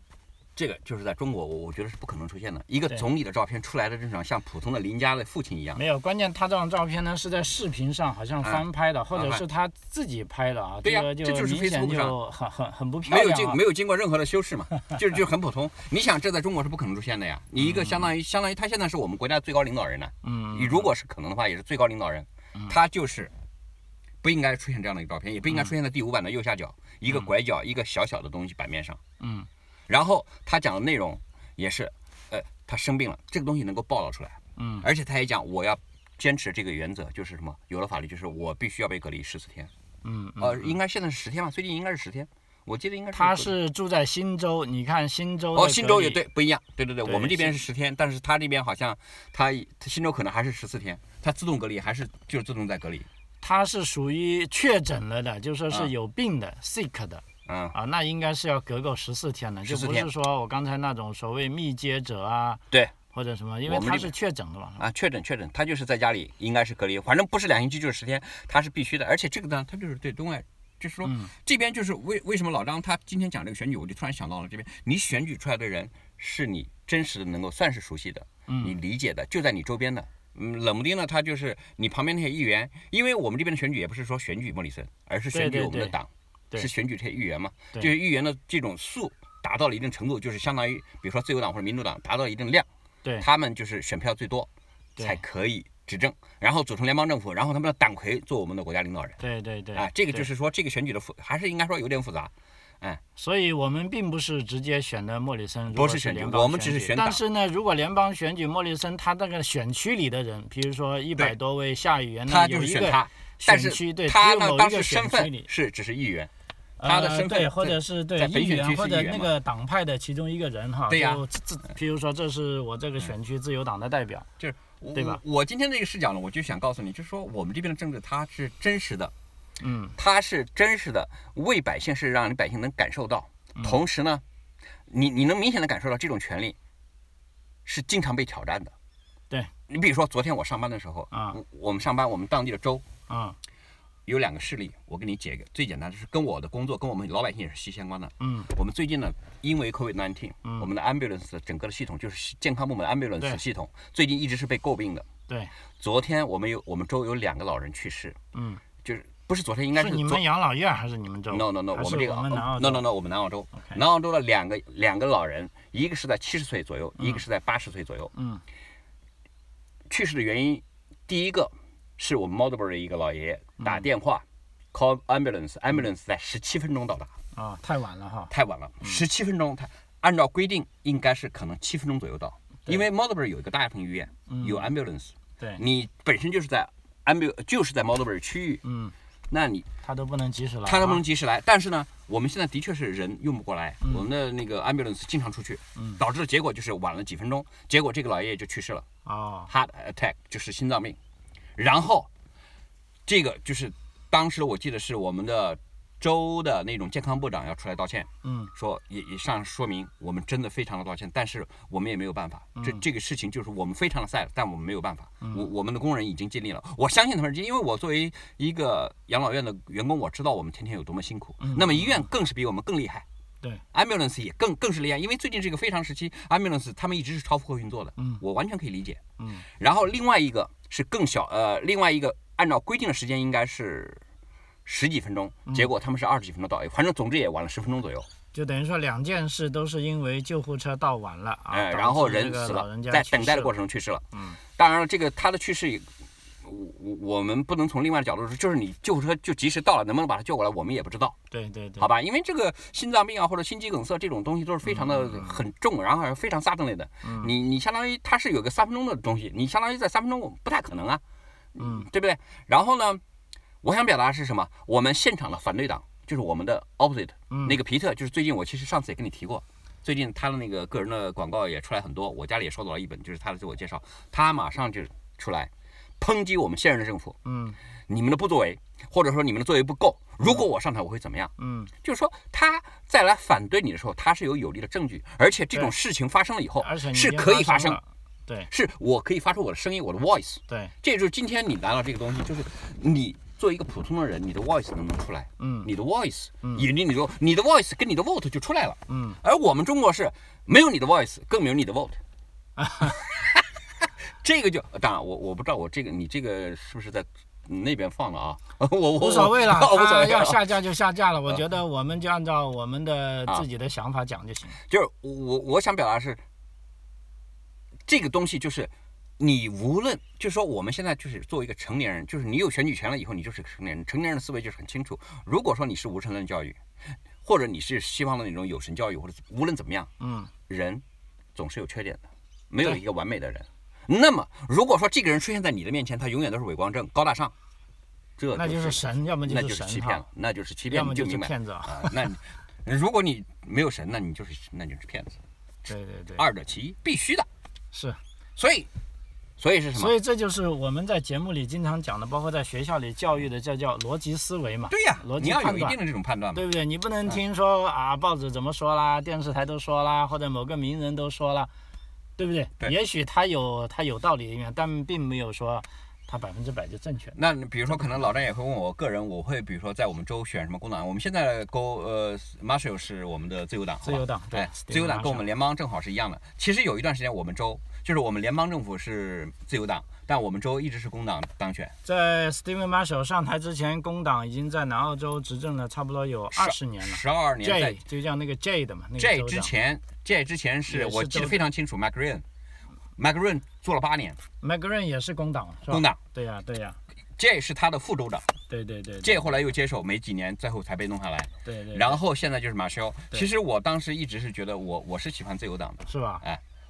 [SPEAKER 2] 这个就是在中国，我我觉得是不可能出现的。一个
[SPEAKER 1] 对
[SPEAKER 2] 总理的照片出来的，这种像普通的邻家的父亲一样，
[SPEAKER 1] 没有，关键他这张照片呢是在视频上好像翻拍的，或者是他自己拍的啊。
[SPEAKER 2] 啊对呀
[SPEAKER 1] 这个就
[SPEAKER 2] 这就是
[SPEAKER 1] 明显
[SPEAKER 2] Facebook 上
[SPEAKER 1] 就很很很不漂
[SPEAKER 2] 没有
[SPEAKER 1] 亮、
[SPEAKER 2] 经
[SPEAKER 1] 啊。
[SPEAKER 2] 没有经过任何的修饰嘛， [LAUGHS] 就是就很普通。你想，这在中国是不可能出现的呀。你一个相当于相当于他现在是我们国家最高领导人呢，
[SPEAKER 1] 嗯，
[SPEAKER 2] 你如果是可能的话，也是最高领导人，他就是不应该出现这样的一个照片，也不
[SPEAKER 1] 嗯
[SPEAKER 2] 应该出现在第五版的右下角，一个拐角，一个小小的东西版面上。
[SPEAKER 1] 嗯，
[SPEAKER 2] 然后他讲的内容也是，呃，他生病了，这个东西能够暴露出来。
[SPEAKER 1] 嗯，
[SPEAKER 2] 而且他也讲，我要坚持这个原则，就是什么？有了法律，就是我必须要被隔离十四天。
[SPEAKER 1] 嗯，
[SPEAKER 2] 呃，应该现在是十天吧？最近应该是十天，我记得应该是。
[SPEAKER 1] 他是住在新州，你看新州
[SPEAKER 2] 哦，
[SPEAKER 1] 的
[SPEAKER 2] 新
[SPEAKER 1] 隔
[SPEAKER 2] 州也
[SPEAKER 1] 离
[SPEAKER 2] 对，不一样。对对对，
[SPEAKER 1] 对
[SPEAKER 2] 我们这边是十天，但是他这边好像他他新州可能还是十四天，他自动隔离还是就是自动在隔离。
[SPEAKER 1] 他是属于确诊了的，就说
[SPEAKER 2] 啊
[SPEAKER 1] 是有病的、sick 的
[SPEAKER 2] 嗯，
[SPEAKER 1] 啊，那应该是要隔够十四天的，就
[SPEAKER 2] 14
[SPEAKER 1] 不
[SPEAKER 2] 天
[SPEAKER 1] 是说我刚才那种所谓密接者啊
[SPEAKER 2] 对
[SPEAKER 1] 或者什么，因为
[SPEAKER 2] 我们
[SPEAKER 1] 他
[SPEAKER 2] 这
[SPEAKER 1] 是
[SPEAKER 2] 边
[SPEAKER 1] 确诊的嘛。
[SPEAKER 2] 啊，确诊确诊，他就是在家里应该是隔离，反正不是两星期就是十天，他是必须的。而且这个呢，他就是对东外，就是说、
[SPEAKER 1] 嗯
[SPEAKER 2] 这边就是为为什么老张他今天讲这个选举，我就突然想到了这边，你选举出来的人是你真实的能够算是熟悉的，
[SPEAKER 1] 嗯
[SPEAKER 2] 你理解的，就在你周边的。嗯，冷不丁呢，他就是你旁边那些议员，因为我们这边的选举也不是说选举莫里森，而是
[SPEAKER 1] 对
[SPEAKER 2] 选举
[SPEAKER 1] 对
[SPEAKER 2] 我们的
[SPEAKER 1] 对
[SPEAKER 2] 党，
[SPEAKER 1] 对
[SPEAKER 2] 是选举这些议员嘛，就
[SPEAKER 1] 对
[SPEAKER 2] 是议员的这种数达到了一定程度，就是相当于比如说自由党或者民主党达到一定量，
[SPEAKER 1] 对
[SPEAKER 2] 他们就是选票最多，
[SPEAKER 1] 对
[SPEAKER 2] 才可以执政，然后组成联邦政府，然后他们的党魁做我们的国家领导人。
[SPEAKER 1] 对对对，
[SPEAKER 2] 啊，这个
[SPEAKER 1] 对
[SPEAKER 2] 就是说，这个选举的复还是应该说有点复杂。
[SPEAKER 1] 所以我们并不是直接选的莫里森，如
[SPEAKER 2] 不
[SPEAKER 1] 果
[SPEAKER 2] 是选举
[SPEAKER 1] 联邦
[SPEAKER 2] 我们只是选党
[SPEAKER 1] 但是呢，如果联邦选举莫里森，他那个选区里的人，比如说一百
[SPEAKER 2] 对
[SPEAKER 1] 多位下议员呢，
[SPEAKER 2] 他
[SPEAKER 1] 有
[SPEAKER 2] 就是
[SPEAKER 1] 一
[SPEAKER 2] 选
[SPEAKER 1] 个
[SPEAKER 2] 他，但
[SPEAKER 1] 选
[SPEAKER 2] 是
[SPEAKER 1] 区对，只
[SPEAKER 2] 他
[SPEAKER 1] 有
[SPEAKER 2] 呢
[SPEAKER 1] 某
[SPEAKER 2] 当
[SPEAKER 1] 一
[SPEAKER 2] 时
[SPEAKER 1] 个
[SPEAKER 2] 身
[SPEAKER 1] 选
[SPEAKER 2] 份
[SPEAKER 1] 区里，
[SPEAKER 2] 是只是议员，他的
[SPEAKER 1] 呃
[SPEAKER 2] 身份
[SPEAKER 1] 对，或
[SPEAKER 2] 在
[SPEAKER 1] 者是对
[SPEAKER 2] 在本
[SPEAKER 1] 议
[SPEAKER 2] 选区
[SPEAKER 1] 员
[SPEAKER 2] 是
[SPEAKER 1] 或者
[SPEAKER 2] 议员
[SPEAKER 1] 那
[SPEAKER 2] 嘛
[SPEAKER 1] 个党派的其中一个人哈，
[SPEAKER 2] 对呀嗯
[SPEAKER 1] 就自自比如说这是我这个选区自由党的代表，
[SPEAKER 2] 就是我
[SPEAKER 1] 对吧
[SPEAKER 2] 我我今天这个视角呢，我就想告诉你，就是说我们这边的政治它是真实的，
[SPEAKER 1] 嗯，
[SPEAKER 2] 它是真实的，为百姓是让你百姓能感受到，
[SPEAKER 1] 嗯
[SPEAKER 2] 同时呢，你你能明显的感受到这种权利是经常被挑战的。
[SPEAKER 1] 对
[SPEAKER 2] 你比如说昨天我上班的时候，
[SPEAKER 1] 啊
[SPEAKER 2] 我我们上班我们当地的州
[SPEAKER 1] 啊，
[SPEAKER 2] 有两个事例，我给你解一个最简单，就是跟我的工作跟我们老百姓也是息息相关的。
[SPEAKER 1] 嗯，
[SPEAKER 2] 我们最近呢，因为 COVID-19，、我们的 ambulance 的整个的系统就是健康部门的
[SPEAKER 1] 对
[SPEAKER 2] ambulance 系统，最近一直是被诟病的。
[SPEAKER 1] 对，
[SPEAKER 2] 昨天我们有我们州有两个老人去世，
[SPEAKER 1] 嗯，
[SPEAKER 2] 就是不是昨天应该
[SPEAKER 1] 是
[SPEAKER 2] 是
[SPEAKER 1] 你
[SPEAKER 2] 昨
[SPEAKER 1] 们养老院还是你们州
[SPEAKER 2] no no no，
[SPEAKER 1] 哦还
[SPEAKER 2] 我
[SPEAKER 1] 是
[SPEAKER 2] 们这个
[SPEAKER 1] 我们南澳
[SPEAKER 2] no
[SPEAKER 1] 洲
[SPEAKER 2] no no，我们南澳洲
[SPEAKER 1] OK
[SPEAKER 2] 南澳洲的两个两个老人，一个是在七十岁左右，一个是在八十岁左右。
[SPEAKER 1] 嗯，
[SPEAKER 2] 去世的原因，第一个是我们 Mulberry 一个老爷爷
[SPEAKER 1] 嗯
[SPEAKER 2] 打电话、call ambulance，ambulance 在十七分钟到达，
[SPEAKER 1] 啊，太晚了哈，
[SPEAKER 2] 太晚了，十七分钟他按照规定应该是可能七分钟左右到，因为 Mulberry 有一个大型医院，有 ambulance，
[SPEAKER 1] 嗯对，
[SPEAKER 2] 你本身就是在 ambul 就是在 Mulberry 区域，
[SPEAKER 1] 嗯，
[SPEAKER 2] 那你
[SPEAKER 1] 他都不能及时来啊，
[SPEAKER 2] 他能不能及时来？但是呢，我们现在的确是人用不过来，我们的那个 ambulance 经常出去，导致的结果就是晚了几分钟，结果这个老爷爷就去世了
[SPEAKER 1] 哦，
[SPEAKER 2] ，heart attack 就是心脏病。然后这个就是当时我记得是我们的州的那种健康部长要出来道歉，
[SPEAKER 1] 嗯，
[SPEAKER 2] 说也也上说明我们真的非常的抱歉，但是我们也没有办法，
[SPEAKER 1] 嗯
[SPEAKER 2] 这这个事情就是我们非常的 sad，但我们没有办法，我我们的工人已经尽力了，我相信他们是，因为我作为一个养老院的员工，我知道我们天天有多么辛苦，那么医院更是比我们更厉害。
[SPEAKER 1] 嗯对
[SPEAKER 2] ，ambulance 也更更是厉害，因为最近这个非常时期，ambulance 他们一直是超负荷运作的，嗯，我完全可以理解，
[SPEAKER 1] 嗯，
[SPEAKER 2] 然后另外一个是更小，呃，另外一个按照规定的时间应该是十几分钟，
[SPEAKER 1] 嗯
[SPEAKER 2] 结果他们是二十几分钟到，反正总之也晚了十分钟左右，
[SPEAKER 1] 就等于说两件事都是因为救护车到晚了啊，
[SPEAKER 2] 哎，
[SPEAKER 1] 导
[SPEAKER 2] 然后
[SPEAKER 1] 致
[SPEAKER 2] 人
[SPEAKER 1] 这个
[SPEAKER 2] 死
[SPEAKER 1] 老
[SPEAKER 2] 了
[SPEAKER 1] 人，家
[SPEAKER 2] 在
[SPEAKER 1] 去
[SPEAKER 2] 等待
[SPEAKER 1] 世
[SPEAKER 2] 的过
[SPEAKER 1] 了
[SPEAKER 2] 程中去世了。嗯，当然了，这个他的去世也，我我我们不能从另外的角度说，就是你救护车就及时到了，能不能把他救过来，我们也不知道，
[SPEAKER 1] 对对对，
[SPEAKER 2] 好吧？因为这个心脏病啊或者心肌梗塞这种东西都是非常的很重，然后还是非常撒蹬类的。你你相当于它是有个三分钟的东西，你相当于在三分钟我不太可能啊，嗯，对不对？然后呢，我想表达的是什么？我们现场的反对党就是我们的 opposite，那个皮特就是最近我其实上次也跟你提过，最近他的那个个人的广告也出来很多，我家里也收到了一本，就是他的自我介绍，他马上就出来抨击我们现任的政府，
[SPEAKER 1] 嗯
[SPEAKER 2] 你们的不作为，或者说你们的作为不够。如果我上台，我会怎么样？
[SPEAKER 1] 嗯，
[SPEAKER 2] 就是说他再来反对你的时候，他是有有力的证据，而且这
[SPEAKER 1] 对
[SPEAKER 2] 种事情发生了以后
[SPEAKER 1] 而且你已
[SPEAKER 2] 哦是
[SPEAKER 1] 经
[SPEAKER 2] 可以
[SPEAKER 1] 发
[SPEAKER 2] 发生，
[SPEAKER 1] 了，对
[SPEAKER 2] 是我可以发出我的声音，我的 voice。
[SPEAKER 1] 对，
[SPEAKER 2] 这就是今天你拿到这个东西，就是你作为一个普通的人，你的 voice 能不能出来？
[SPEAKER 1] 嗯
[SPEAKER 2] 你的 voice，也你你说你的 voice 跟你的 vote 就出来了。
[SPEAKER 1] 嗯，
[SPEAKER 2] 而我们中国是没有你的 voice，更没有你
[SPEAKER 1] [LAUGHS]
[SPEAKER 2] 的 vote。这个就当然，我我不知道我这个你这个是不是在那边放了啊？ [LAUGHS] 我我
[SPEAKER 1] 无所谓了，
[SPEAKER 2] 我 [LAUGHS] 无所
[SPEAKER 1] 他
[SPEAKER 2] 谓
[SPEAKER 1] 要
[SPEAKER 2] 了。
[SPEAKER 1] 下架就下架了。
[SPEAKER 2] [LAUGHS]
[SPEAKER 1] 我觉得我们就按照我们的
[SPEAKER 2] 啊
[SPEAKER 1] 自己的想法讲就行。
[SPEAKER 2] 就是我我我想表达的是，这个东西就是你无论就是说，我们现在就是作为一个成年人，就是你有选举权了以后，你就是个成年人。成年人的思维就是很清楚。如果说你是无神论教育，或者你是西方的那种有神教育，或者无论怎么样，
[SPEAKER 1] 嗯，
[SPEAKER 2] 人总是有缺点的，没有一个完美的人。那么，如果说这个人出现在你的面前，他永远都是伪光正、高大上，这
[SPEAKER 1] 那就是神，要么
[SPEAKER 2] 那
[SPEAKER 1] 就
[SPEAKER 2] 就是
[SPEAKER 1] 神
[SPEAKER 2] 欺骗
[SPEAKER 1] 哈
[SPEAKER 2] 了，，那就是欺
[SPEAKER 1] 要
[SPEAKER 2] 骗，
[SPEAKER 1] 么
[SPEAKER 2] 你就
[SPEAKER 1] 就是
[SPEAKER 2] 明白
[SPEAKER 1] 骗子
[SPEAKER 2] [LAUGHS]
[SPEAKER 1] 啊。
[SPEAKER 2] 啊。那你如果你没有神，那你就是那你就是骗子，
[SPEAKER 1] 对对对，
[SPEAKER 2] 二者其一，必须的。
[SPEAKER 1] 是。
[SPEAKER 2] 所以，所以是什么
[SPEAKER 1] 所？以这就是我们在节目里经常讲的，包括在学校里教育的，这叫逻辑思维嘛。
[SPEAKER 2] 对呀、
[SPEAKER 1] 逻
[SPEAKER 2] 你
[SPEAKER 1] 辑
[SPEAKER 2] 要有
[SPEAKER 1] 判
[SPEAKER 2] 一定
[SPEAKER 1] 断。
[SPEAKER 2] 的这种判断嘛。
[SPEAKER 1] 对不对？你不
[SPEAKER 2] 嗯
[SPEAKER 1] 能听说啊，报纸怎么说啦，电视台都说啦，或者某个名人都说啦，对不对？
[SPEAKER 2] 对
[SPEAKER 1] 也许他有他有道理的一面，但并没有说他百分之百就正确。
[SPEAKER 2] 那你比如说，可能老詹也会问我，个人我会比如说在我们州选什么工党，我们现在勾呃，Marshall 是我们的自由党，好吧
[SPEAKER 1] 自由党对
[SPEAKER 2] 哎，
[SPEAKER 1] Steve
[SPEAKER 2] 自由党跟我
[SPEAKER 1] Marshall
[SPEAKER 2] 们联邦正好是一样的。其实有一段时间我们州就是我们联邦政府是自由党，但我们州一直是工党当选，
[SPEAKER 1] 在 Steven Marshall 上台之前，工党已经在南澳洲执政了差不多有二十年了。
[SPEAKER 2] 十二年
[SPEAKER 1] J
[SPEAKER 2] 在
[SPEAKER 1] 就叫那个 J 的嘛，那个
[SPEAKER 2] J
[SPEAKER 1] 州
[SPEAKER 2] 之
[SPEAKER 1] 长
[SPEAKER 2] 前，J 之前
[SPEAKER 1] 也
[SPEAKER 2] 是
[SPEAKER 1] 是
[SPEAKER 2] 我记
[SPEAKER 1] 州
[SPEAKER 2] 得非常清楚，McGreen，McGreen 做了八年
[SPEAKER 1] m c g r e n 也是工党，是吧？
[SPEAKER 2] 工党
[SPEAKER 1] 对呀、对呀、
[SPEAKER 2] ，J 是他的副州长
[SPEAKER 1] 对对对对
[SPEAKER 2] ，J 后来又接手，没几年最后才被弄下来，
[SPEAKER 1] 对对，
[SPEAKER 2] 然后现在就是马修。
[SPEAKER 1] 对
[SPEAKER 2] 其实我当时一直是觉得我我是喜欢自由党的。
[SPEAKER 1] 是吧？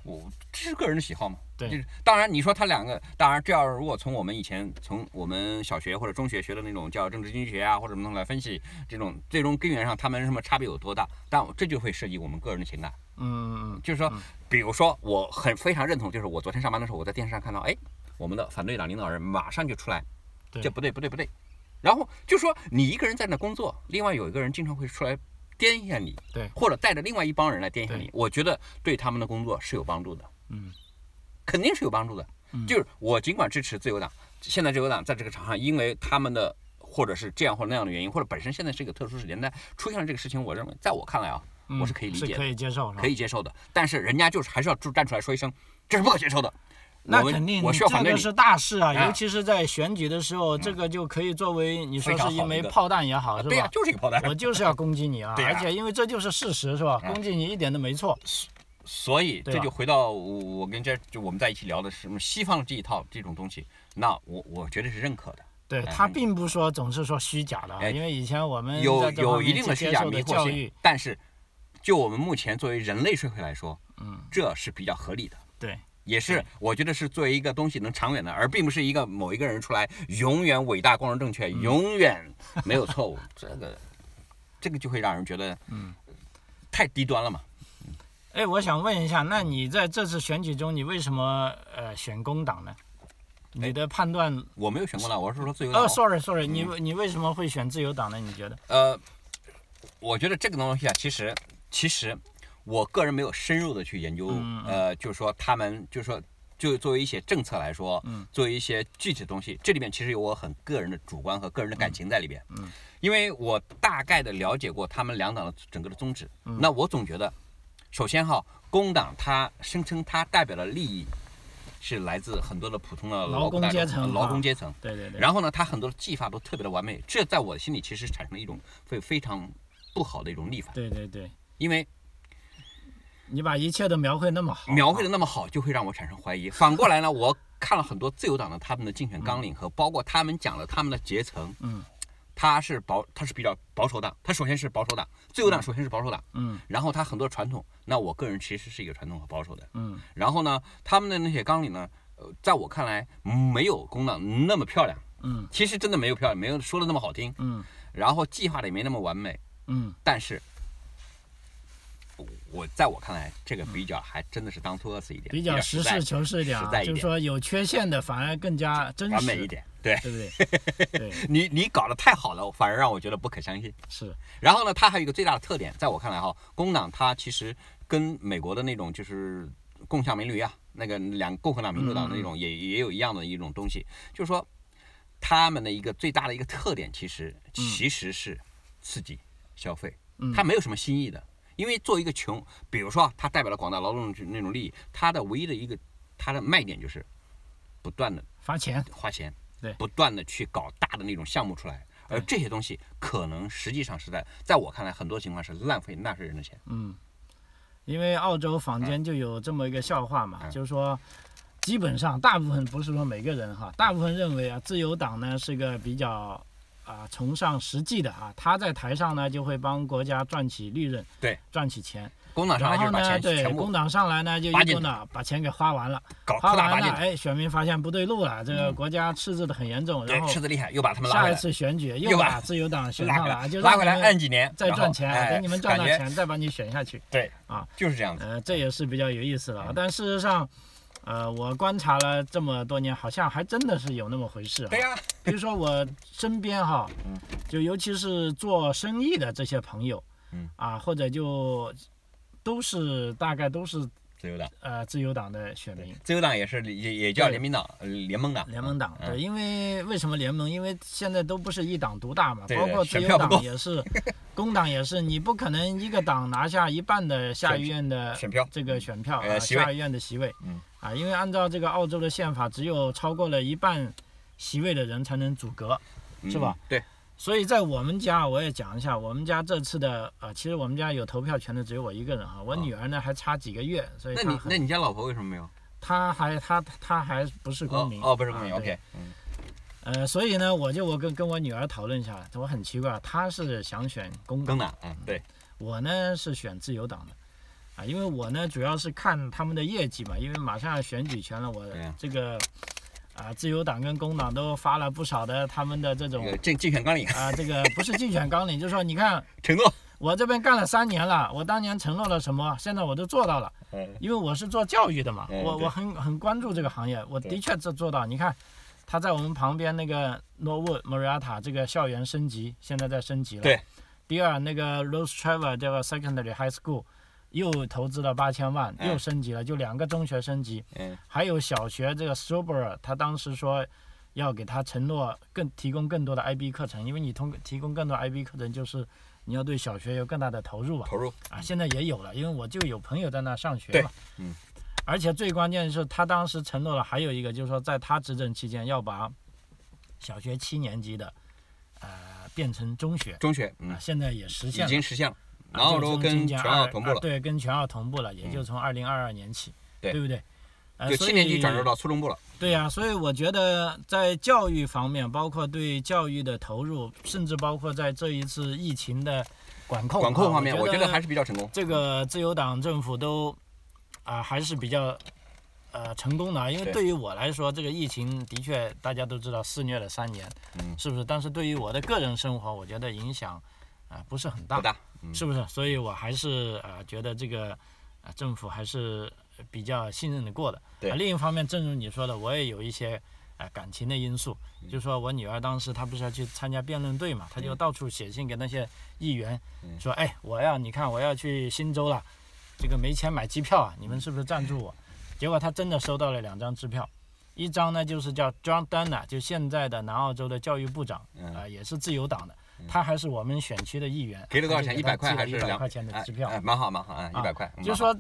[SPEAKER 2] 我这是个人的喜好嘛。
[SPEAKER 1] 对
[SPEAKER 2] 就是当然你说他两个，当然这要如果从我们以前从我们小学或者中学学的那种叫政治经济学啊或者什么东西来分析这种最终根源上他们什么差别有多大，但我这就会涉及我们个人的情感，
[SPEAKER 1] 嗯嗯
[SPEAKER 2] 就是说，比如说我很非常认同，就是我昨天上班的时候我在电视上看到，哎，我们的反对党领导人马上就出来，
[SPEAKER 1] 对
[SPEAKER 2] 这不对不对不对，然后就说你一个人在那工作，另外有一个人经常会出来。颠一下你，
[SPEAKER 1] 对
[SPEAKER 2] 或者带着另外一帮人来颠一下
[SPEAKER 1] 对
[SPEAKER 2] 你，我觉得对他们的工作是有帮助的。
[SPEAKER 1] 嗯
[SPEAKER 2] 肯定是有帮助的。就是我尽管支持自由党，现在自由党在这个场上，因为他们的或者是这样或者那样的原因，或者本身现在是一个特殊时间，但出现了这个事情，我认为在我看来啊，
[SPEAKER 1] 嗯，
[SPEAKER 2] 我是可以理解
[SPEAKER 1] 是
[SPEAKER 2] 的
[SPEAKER 1] 可以接受，是吧
[SPEAKER 2] 可以接受的。但是人家就是还是要站出来说一声，这是不可接受的。
[SPEAKER 1] 那
[SPEAKER 2] 我们
[SPEAKER 1] 肯定，
[SPEAKER 2] 我需要反对
[SPEAKER 1] 这
[SPEAKER 2] 你
[SPEAKER 1] 个。是大事啊，
[SPEAKER 2] 啊
[SPEAKER 1] 尤其是在选举的时候，这个就可以作为你说
[SPEAKER 2] 嗯非常
[SPEAKER 1] 是一
[SPEAKER 2] 好的
[SPEAKER 1] 枚
[SPEAKER 2] 一个
[SPEAKER 1] 炮弹也好，
[SPEAKER 2] 啊
[SPEAKER 1] 是
[SPEAKER 2] 对呀、
[SPEAKER 1] 吧？
[SPEAKER 2] 就是一个炮弹。
[SPEAKER 1] 我就是要攻击你啊，
[SPEAKER 2] [LAUGHS] 对呀
[SPEAKER 1] 而且因为这就是事实，是吧？
[SPEAKER 2] 啊
[SPEAKER 1] 攻击你一点都没错，
[SPEAKER 2] 所以
[SPEAKER 1] 对啊
[SPEAKER 2] 这
[SPEAKER 1] 吧
[SPEAKER 2] 就回到我我跟这就我们在一起聊的是什么西方的这一套这种东西，那我我绝对是认可的。
[SPEAKER 1] 对
[SPEAKER 2] 哎
[SPEAKER 1] 他并不说总是说虚假的啊，
[SPEAKER 2] 哎
[SPEAKER 1] 因为以前我们
[SPEAKER 2] 有
[SPEAKER 1] 在这方
[SPEAKER 2] 有一
[SPEAKER 1] 面
[SPEAKER 2] 定的
[SPEAKER 1] 去
[SPEAKER 2] 虚
[SPEAKER 1] 接
[SPEAKER 2] 假
[SPEAKER 1] 受
[SPEAKER 2] 迷
[SPEAKER 1] 的
[SPEAKER 2] 惑
[SPEAKER 1] 教
[SPEAKER 2] 性
[SPEAKER 1] 育，，
[SPEAKER 2] 但是就我们目前作为人类社会来说，
[SPEAKER 1] 嗯，
[SPEAKER 2] 这是比较合理的。
[SPEAKER 1] 对，
[SPEAKER 2] 也是我觉得是作为一个东西能长远的，而并不是一个某一个人出来永远伟大、光荣、正确，
[SPEAKER 1] 嗯 [LAUGHS]
[SPEAKER 2] 永远没有错误。这个这个就会让人觉得，
[SPEAKER 1] 嗯，
[SPEAKER 2] 太低端了嘛。
[SPEAKER 1] 哎，我想问一下，那你在这次选举中，你为什么呃选工党
[SPEAKER 2] 哎
[SPEAKER 1] 呢？你的判断，
[SPEAKER 2] 我没有选过党，我是说自由党。
[SPEAKER 1] 呃，sorry，sorry，你
[SPEAKER 2] 嗯
[SPEAKER 1] 你为什么会选自由党呢？你觉得？
[SPEAKER 2] 呃，我觉得这个东西啊，其实其实我个人没有深入的去研究，
[SPEAKER 1] 嗯
[SPEAKER 2] 呃，就是说他们，就是说就作为一些政策来说，
[SPEAKER 1] 嗯
[SPEAKER 2] 作为一些具体的东西，这里面其实有我很个人的主观和个人的感情在里边，
[SPEAKER 1] 嗯嗯
[SPEAKER 2] 因为我大概的了解过他们两党的整个的宗旨，
[SPEAKER 1] 嗯
[SPEAKER 2] 那我总觉得，首先哈，工党它声称它代表的利益。是来自很多的普通的
[SPEAKER 1] 劳
[SPEAKER 2] 劳
[SPEAKER 1] 工
[SPEAKER 2] 大众
[SPEAKER 1] 阶层
[SPEAKER 2] 劳
[SPEAKER 1] 啊
[SPEAKER 2] 工阶层，
[SPEAKER 1] 对对对，
[SPEAKER 2] 然后呢，他很多的技法都特别的完美，这在我的心里其实产生了一种非非常不好的一种逆反，
[SPEAKER 1] 对对对，
[SPEAKER 2] 因为
[SPEAKER 1] 你把一切都描绘那么好，
[SPEAKER 2] 描绘的那么好，就会让我产生怀疑。反过来呢，我看了很多自由党的他们的竞选纲领和包括他们讲了他们的阶层，
[SPEAKER 1] 嗯，
[SPEAKER 2] 他是保他是比较保守党，他首先是保守党，自由党首先是保守党，
[SPEAKER 1] 嗯
[SPEAKER 2] 然后他很多传统，那我个人其实是一个传统和保守的，
[SPEAKER 1] 嗯
[SPEAKER 2] 然后呢，他们的那些纲领呢，呃，在我看来没有工党那么漂亮，
[SPEAKER 1] 嗯
[SPEAKER 2] 其实真的没有漂亮，没有说的那么好听，
[SPEAKER 1] 嗯
[SPEAKER 2] 然后计划的也没那么完美。
[SPEAKER 1] 嗯，
[SPEAKER 2] 但是，我我在我看来，这个比较还真的是当托死一点，
[SPEAKER 1] 比较实
[SPEAKER 2] 在
[SPEAKER 1] 事求是一点
[SPEAKER 2] 实
[SPEAKER 1] 啊，
[SPEAKER 2] 在一
[SPEAKER 1] 就是
[SPEAKER 2] 点
[SPEAKER 1] 说有缺陷的反而更加真
[SPEAKER 2] 完
[SPEAKER 1] 实，
[SPEAKER 2] 美一点。对
[SPEAKER 1] 对 [LAUGHS] 不对？对，
[SPEAKER 2] 你你搞得太好了，反而让我觉得不可相信。
[SPEAKER 1] 是，
[SPEAKER 2] 然后呢，它还有一个最大的特点，在我看来哈，工党它其实跟美国的那种就是共享民主啊，那个两共和党、民主党的那种也也有一样的一种东西，就是说他们的一个最大的一个特点，其实其实是刺激消费，
[SPEAKER 1] 嗯
[SPEAKER 2] 它没有什么新意的。因为作为一个穷，比如说啊它代表了广大劳动者那种利益，它的唯一的一个它的卖点就是不断的
[SPEAKER 1] 罚钱，
[SPEAKER 2] 花钱，
[SPEAKER 1] 对
[SPEAKER 2] 不断的去搞大的那种项目出来，而这些东西可能实际上是在在我看来，很多情况是浪费纳税人的钱。
[SPEAKER 1] 嗯，因为澳洲坊间就有这么一个笑话嘛，
[SPEAKER 2] 嗯
[SPEAKER 1] 就是说，基本上大部分不是说每个人哈，大部分认为啊，自由党呢是个比较啊、崇尚实际的啊，他在台上呢就会帮国家赚起利润，
[SPEAKER 2] 对，
[SPEAKER 1] 赚起钱。
[SPEAKER 2] 工党上来
[SPEAKER 1] 然
[SPEAKER 2] 就
[SPEAKER 1] 后
[SPEAKER 2] 是把
[SPEAKER 1] 呢，
[SPEAKER 2] 钱
[SPEAKER 1] 对
[SPEAKER 2] 全
[SPEAKER 1] 工
[SPEAKER 2] 部
[SPEAKER 1] 党上来呢就
[SPEAKER 2] 扒
[SPEAKER 1] 一
[SPEAKER 2] 进
[SPEAKER 1] 股脑把钱给花完了，
[SPEAKER 2] 搞
[SPEAKER 1] 花
[SPEAKER 2] 扩大
[SPEAKER 1] 完
[SPEAKER 2] 八
[SPEAKER 1] 了，
[SPEAKER 2] 进去，
[SPEAKER 1] 哎，选民发现不对路了，这个国家赤字的很严重，然
[SPEAKER 2] 对，
[SPEAKER 1] 后
[SPEAKER 2] 吃的厉害，又把他们拉
[SPEAKER 1] 下
[SPEAKER 2] 回
[SPEAKER 1] 一
[SPEAKER 2] 来，
[SPEAKER 1] 次选举
[SPEAKER 2] 又
[SPEAKER 1] 又
[SPEAKER 2] 把
[SPEAKER 1] 把自由党选
[SPEAKER 2] 拉
[SPEAKER 1] 上
[SPEAKER 2] 回
[SPEAKER 1] 来，
[SPEAKER 2] 来，
[SPEAKER 1] 就
[SPEAKER 2] 拉
[SPEAKER 1] 让
[SPEAKER 2] 回
[SPEAKER 1] 你
[SPEAKER 2] 来
[SPEAKER 1] 们
[SPEAKER 2] 按几年，
[SPEAKER 1] 再
[SPEAKER 2] 然
[SPEAKER 1] 赚
[SPEAKER 2] 后
[SPEAKER 1] 钱，
[SPEAKER 2] 哎，
[SPEAKER 1] 给你们赚到
[SPEAKER 2] 感觉，
[SPEAKER 1] 钱，再把你选下去。
[SPEAKER 2] 对
[SPEAKER 1] 啊，
[SPEAKER 2] 就是这样子，
[SPEAKER 1] 呃，这也是比较有意思
[SPEAKER 2] 嗯
[SPEAKER 1] 了啊。但事实上，呃，我观察了这么多年，好像还真的是有那么回事啊。
[SPEAKER 2] 对呀，
[SPEAKER 1] [LAUGHS] 比如说我身边哈，就尤其是做生意的这些朋友，
[SPEAKER 2] 嗯
[SPEAKER 1] 啊，或者就都是大概都是
[SPEAKER 2] 自由党，
[SPEAKER 1] 呃自由党的选民。
[SPEAKER 2] 自由党也是也也叫
[SPEAKER 1] 对
[SPEAKER 2] 联民党、呃联盟党，
[SPEAKER 1] 联盟党
[SPEAKER 2] 嗯
[SPEAKER 1] 对，因为为什么联盟？因为现在都不是一党独大嘛，
[SPEAKER 2] 对
[SPEAKER 1] 包
[SPEAKER 2] 对
[SPEAKER 1] 括自
[SPEAKER 2] 选
[SPEAKER 1] 由
[SPEAKER 2] 票不
[SPEAKER 1] 党
[SPEAKER 2] 够
[SPEAKER 1] 也
[SPEAKER 2] [LAUGHS]
[SPEAKER 1] 是，工党也是，你不可能一个党拿下一半的下
[SPEAKER 2] 选
[SPEAKER 1] 议院的
[SPEAKER 2] 选票
[SPEAKER 1] 这个选票
[SPEAKER 2] 呃
[SPEAKER 1] 啊，
[SPEAKER 2] 席位
[SPEAKER 1] 下议院的席位
[SPEAKER 2] 嗯，
[SPEAKER 1] 啊，因为按照这个澳洲的宪法，只有超过了一半席位的人才能组阁，是吧？
[SPEAKER 2] 嗯对，
[SPEAKER 1] 所以在我们家，我也讲一下，我们家这次的呃，其实我们家有投票权的只有我一个人啊哈，我女儿呢还差几个月，所以
[SPEAKER 2] 哦那
[SPEAKER 1] 她
[SPEAKER 2] 你那
[SPEAKER 1] 很
[SPEAKER 2] 你家老婆为什么没有？
[SPEAKER 1] 她还她她还不是公
[SPEAKER 2] 哦
[SPEAKER 1] 民
[SPEAKER 2] 哦，不是公民
[SPEAKER 1] 啊对
[SPEAKER 2] ，OK，嗯
[SPEAKER 1] 呃，所以呢，我就我跟跟我女儿讨论一下，我很奇怪，她是想选工党
[SPEAKER 2] 工，党，嗯，对，
[SPEAKER 1] 我呢是选自由党的，啊，因为我呢主要是看他们的业绩嘛，因为马上要选举权了，我
[SPEAKER 2] 对呀
[SPEAKER 1] 这个啊，自由党跟工党都发了不少的他们的这
[SPEAKER 2] 这
[SPEAKER 1] 种
[SPEAKER 2] 个竞竞选纲领，
[SPEAKER 1] 啊，这个不是竞选纲领，就是说你看
[SPEAKER 2] 承诺，
[SPEAKER 1] 我这边干了三年了，我当年承诺了什么，现在我都做到了。
[SPEAKER 2] 嗯，
[SPEAKER 1] 因为我是做教育的嘛，
[SPEAKER 2] 嗯
[SPEAKER 1] 我
[SPEAKER 2] 对
[SPEAKER 1] 我很很关注这个行业，我
[SPEAKER 2] 对
[SPEAKER 1] 的确做做到。你看，他在我们旁边那个 Norwood Marietta 这个校园升级，现在在升级了。
[SPEAKER 2] 对。
[SPEAKER 1] 第二，那个 Rose Trevor 这个 Secondary High School 又投资了八千万，
[SPEAKER 2] 嗯
[SPEAKER 1] 又升级了，就两个中学升级，
[SPEAKER 2] 嗯，
[SPEAKER 1] 还有小学这个 Strawberry，他当时说。要给他承诺更提供更多的 IB 课程，因为你通提供更多 IB 课程，就是你要对小学有更大的投入吧。
[SPEAKER 2] 投入，
[SPEAKER 1] 啊，现在也有了，因为我就有朋友在那上学
[SPEAKER 2] 对
[SPEAKER 1] 嘛。
[SPEAKER 2] 嗯。
[SPEAKER 1] 而且最关键的是，他当时承诺了，还有一个就是说，在他执政期间要把小学七年级的，呃，变成中学。
[SPEAKER 2] 中学，嗯
[SPEAKER 1] 啊，，现在也实现
[SPEAKER 2] 已
[SPEAKER 1] 了。
[SPEAKER 2] 经实现了，
[SPEAKER 1] 啊
[SPEAKER 2] 南澳
[SPEAKER 1] 就
[SPEAKER 2] 洲
[SPEAKER 1] 从
[SPEAKER 2] 跟
[SPEAKER 1] 今年
[SPEAKER 2] 全澳
[SPEAKER 1] 二
[SPEAKER 2] 同步
[SPEAKER 1] 啊
[SPEAKER 2] 了，嗯
[SPEAKER 1] 对，跟全澳同步了，也就从二零二二年起，
[SPEAKER 2] 对
[SPEAKER 1] 不对？呃
[SPEAKER 2] 就七年级转入。
[SPEAKER 1] 所以
[SPEAKER 2] 到初中部了，
[SPEAKER 1] 对呀、所以我觉得在教育方面，包括对教育的投入，甚至包括在这一次疫情的管控
[SPEAKER 2] 管
[SPEAKER 1] 啊
[SPEAKER 2] 控方面，
[SPEAKER 1] 我
[SPEAKER 2] 我觉得还是比较成功。
[SPEAKER 1] 这个自由党政府都啊、还是比较呃成功的啊，因为
[SPEAKER 2] 对
[SPEAKER 1] 对于我来说，这个疫情的确大家都知道肆虐了三年，
[SPEAKER 2] 嗯
[SPEAKER 1] 是不是？但是对于我的个人生活，我觉得影响啊、不是很大，
[SPEAKER 2] 不大，嗯
[SPEAKER 1] 是不是？所以我还是呃觉得这个呃政府还是比较信任的过的。
[SPEAKER 2] 对
[SPEAKER 1] 啊另一方面，正如你说的，我也有一些。呃感情的因素，
[SPEAKER 2] 嗯
[SPEAKER 1] 就说我女儿当时她不是要去参加辩论队嘛，她就到处写信给那些议员，
[SPEAKER 2] 嗯
[SPEAKER 1] 说哎，我要你看我要去新州了，这个没钱买机票啊，你们是不是赞助我？结果他真的收到了两张支票，一张呢就是叫 John Dana，就现在的南澳洲的教育部长，
[SPEAKER 2] 嗯
[SPEAKER 1] 啊、也是自由党的，他还是我们选区的议员，
[SPEAKER 2] 给了多少钱？一百块还是
[SPEAKER 1] 一百
[SPEAKER 2] 两
[SPEAKER 1] 块钱的支票？啊
[SPEAKER 2] 哎，哎蛮好蛮好，哎，一百块。蛮
[SPEAKER 1] 就
[SPEAKER 2] 好嗯
[SPEAKER 1] 说，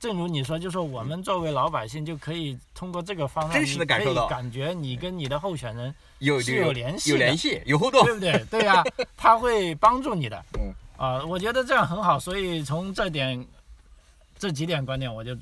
[SPEAKER 1] 正如你说，就说我们作为老百姓就可以通过这个方案，
[SPEAKER 2] 真实地
[SPEAKER 1] 你
[SPEAKER 2] 感
[SPEAKER 1] 可
[SPEAKER 2] 受
[SPEAKER 1] 以
[SPEAKER 2] 到
[SPEAKER 1] 感觉你跟你的候选人
[SPEAKER 2] 有
[SPEAKER 1] 是有
[SPEAKER 2] 有
[SPEAKER 1] 联系
[SPEAKER 2] 有
[SPEAKER 1] 的
[SPEAKER 2] 联
[SPEAKER 1] [LAUGHS]
[SPEAKER 2] 系，有互动
[SPEAKER 1] 对。不对？对呀、他会帮助你的。
[SPEAKER 2] 嗯。
[SPEAKER 1] 啊，我觉得这样很好，所以从这点，这几点观点，我就，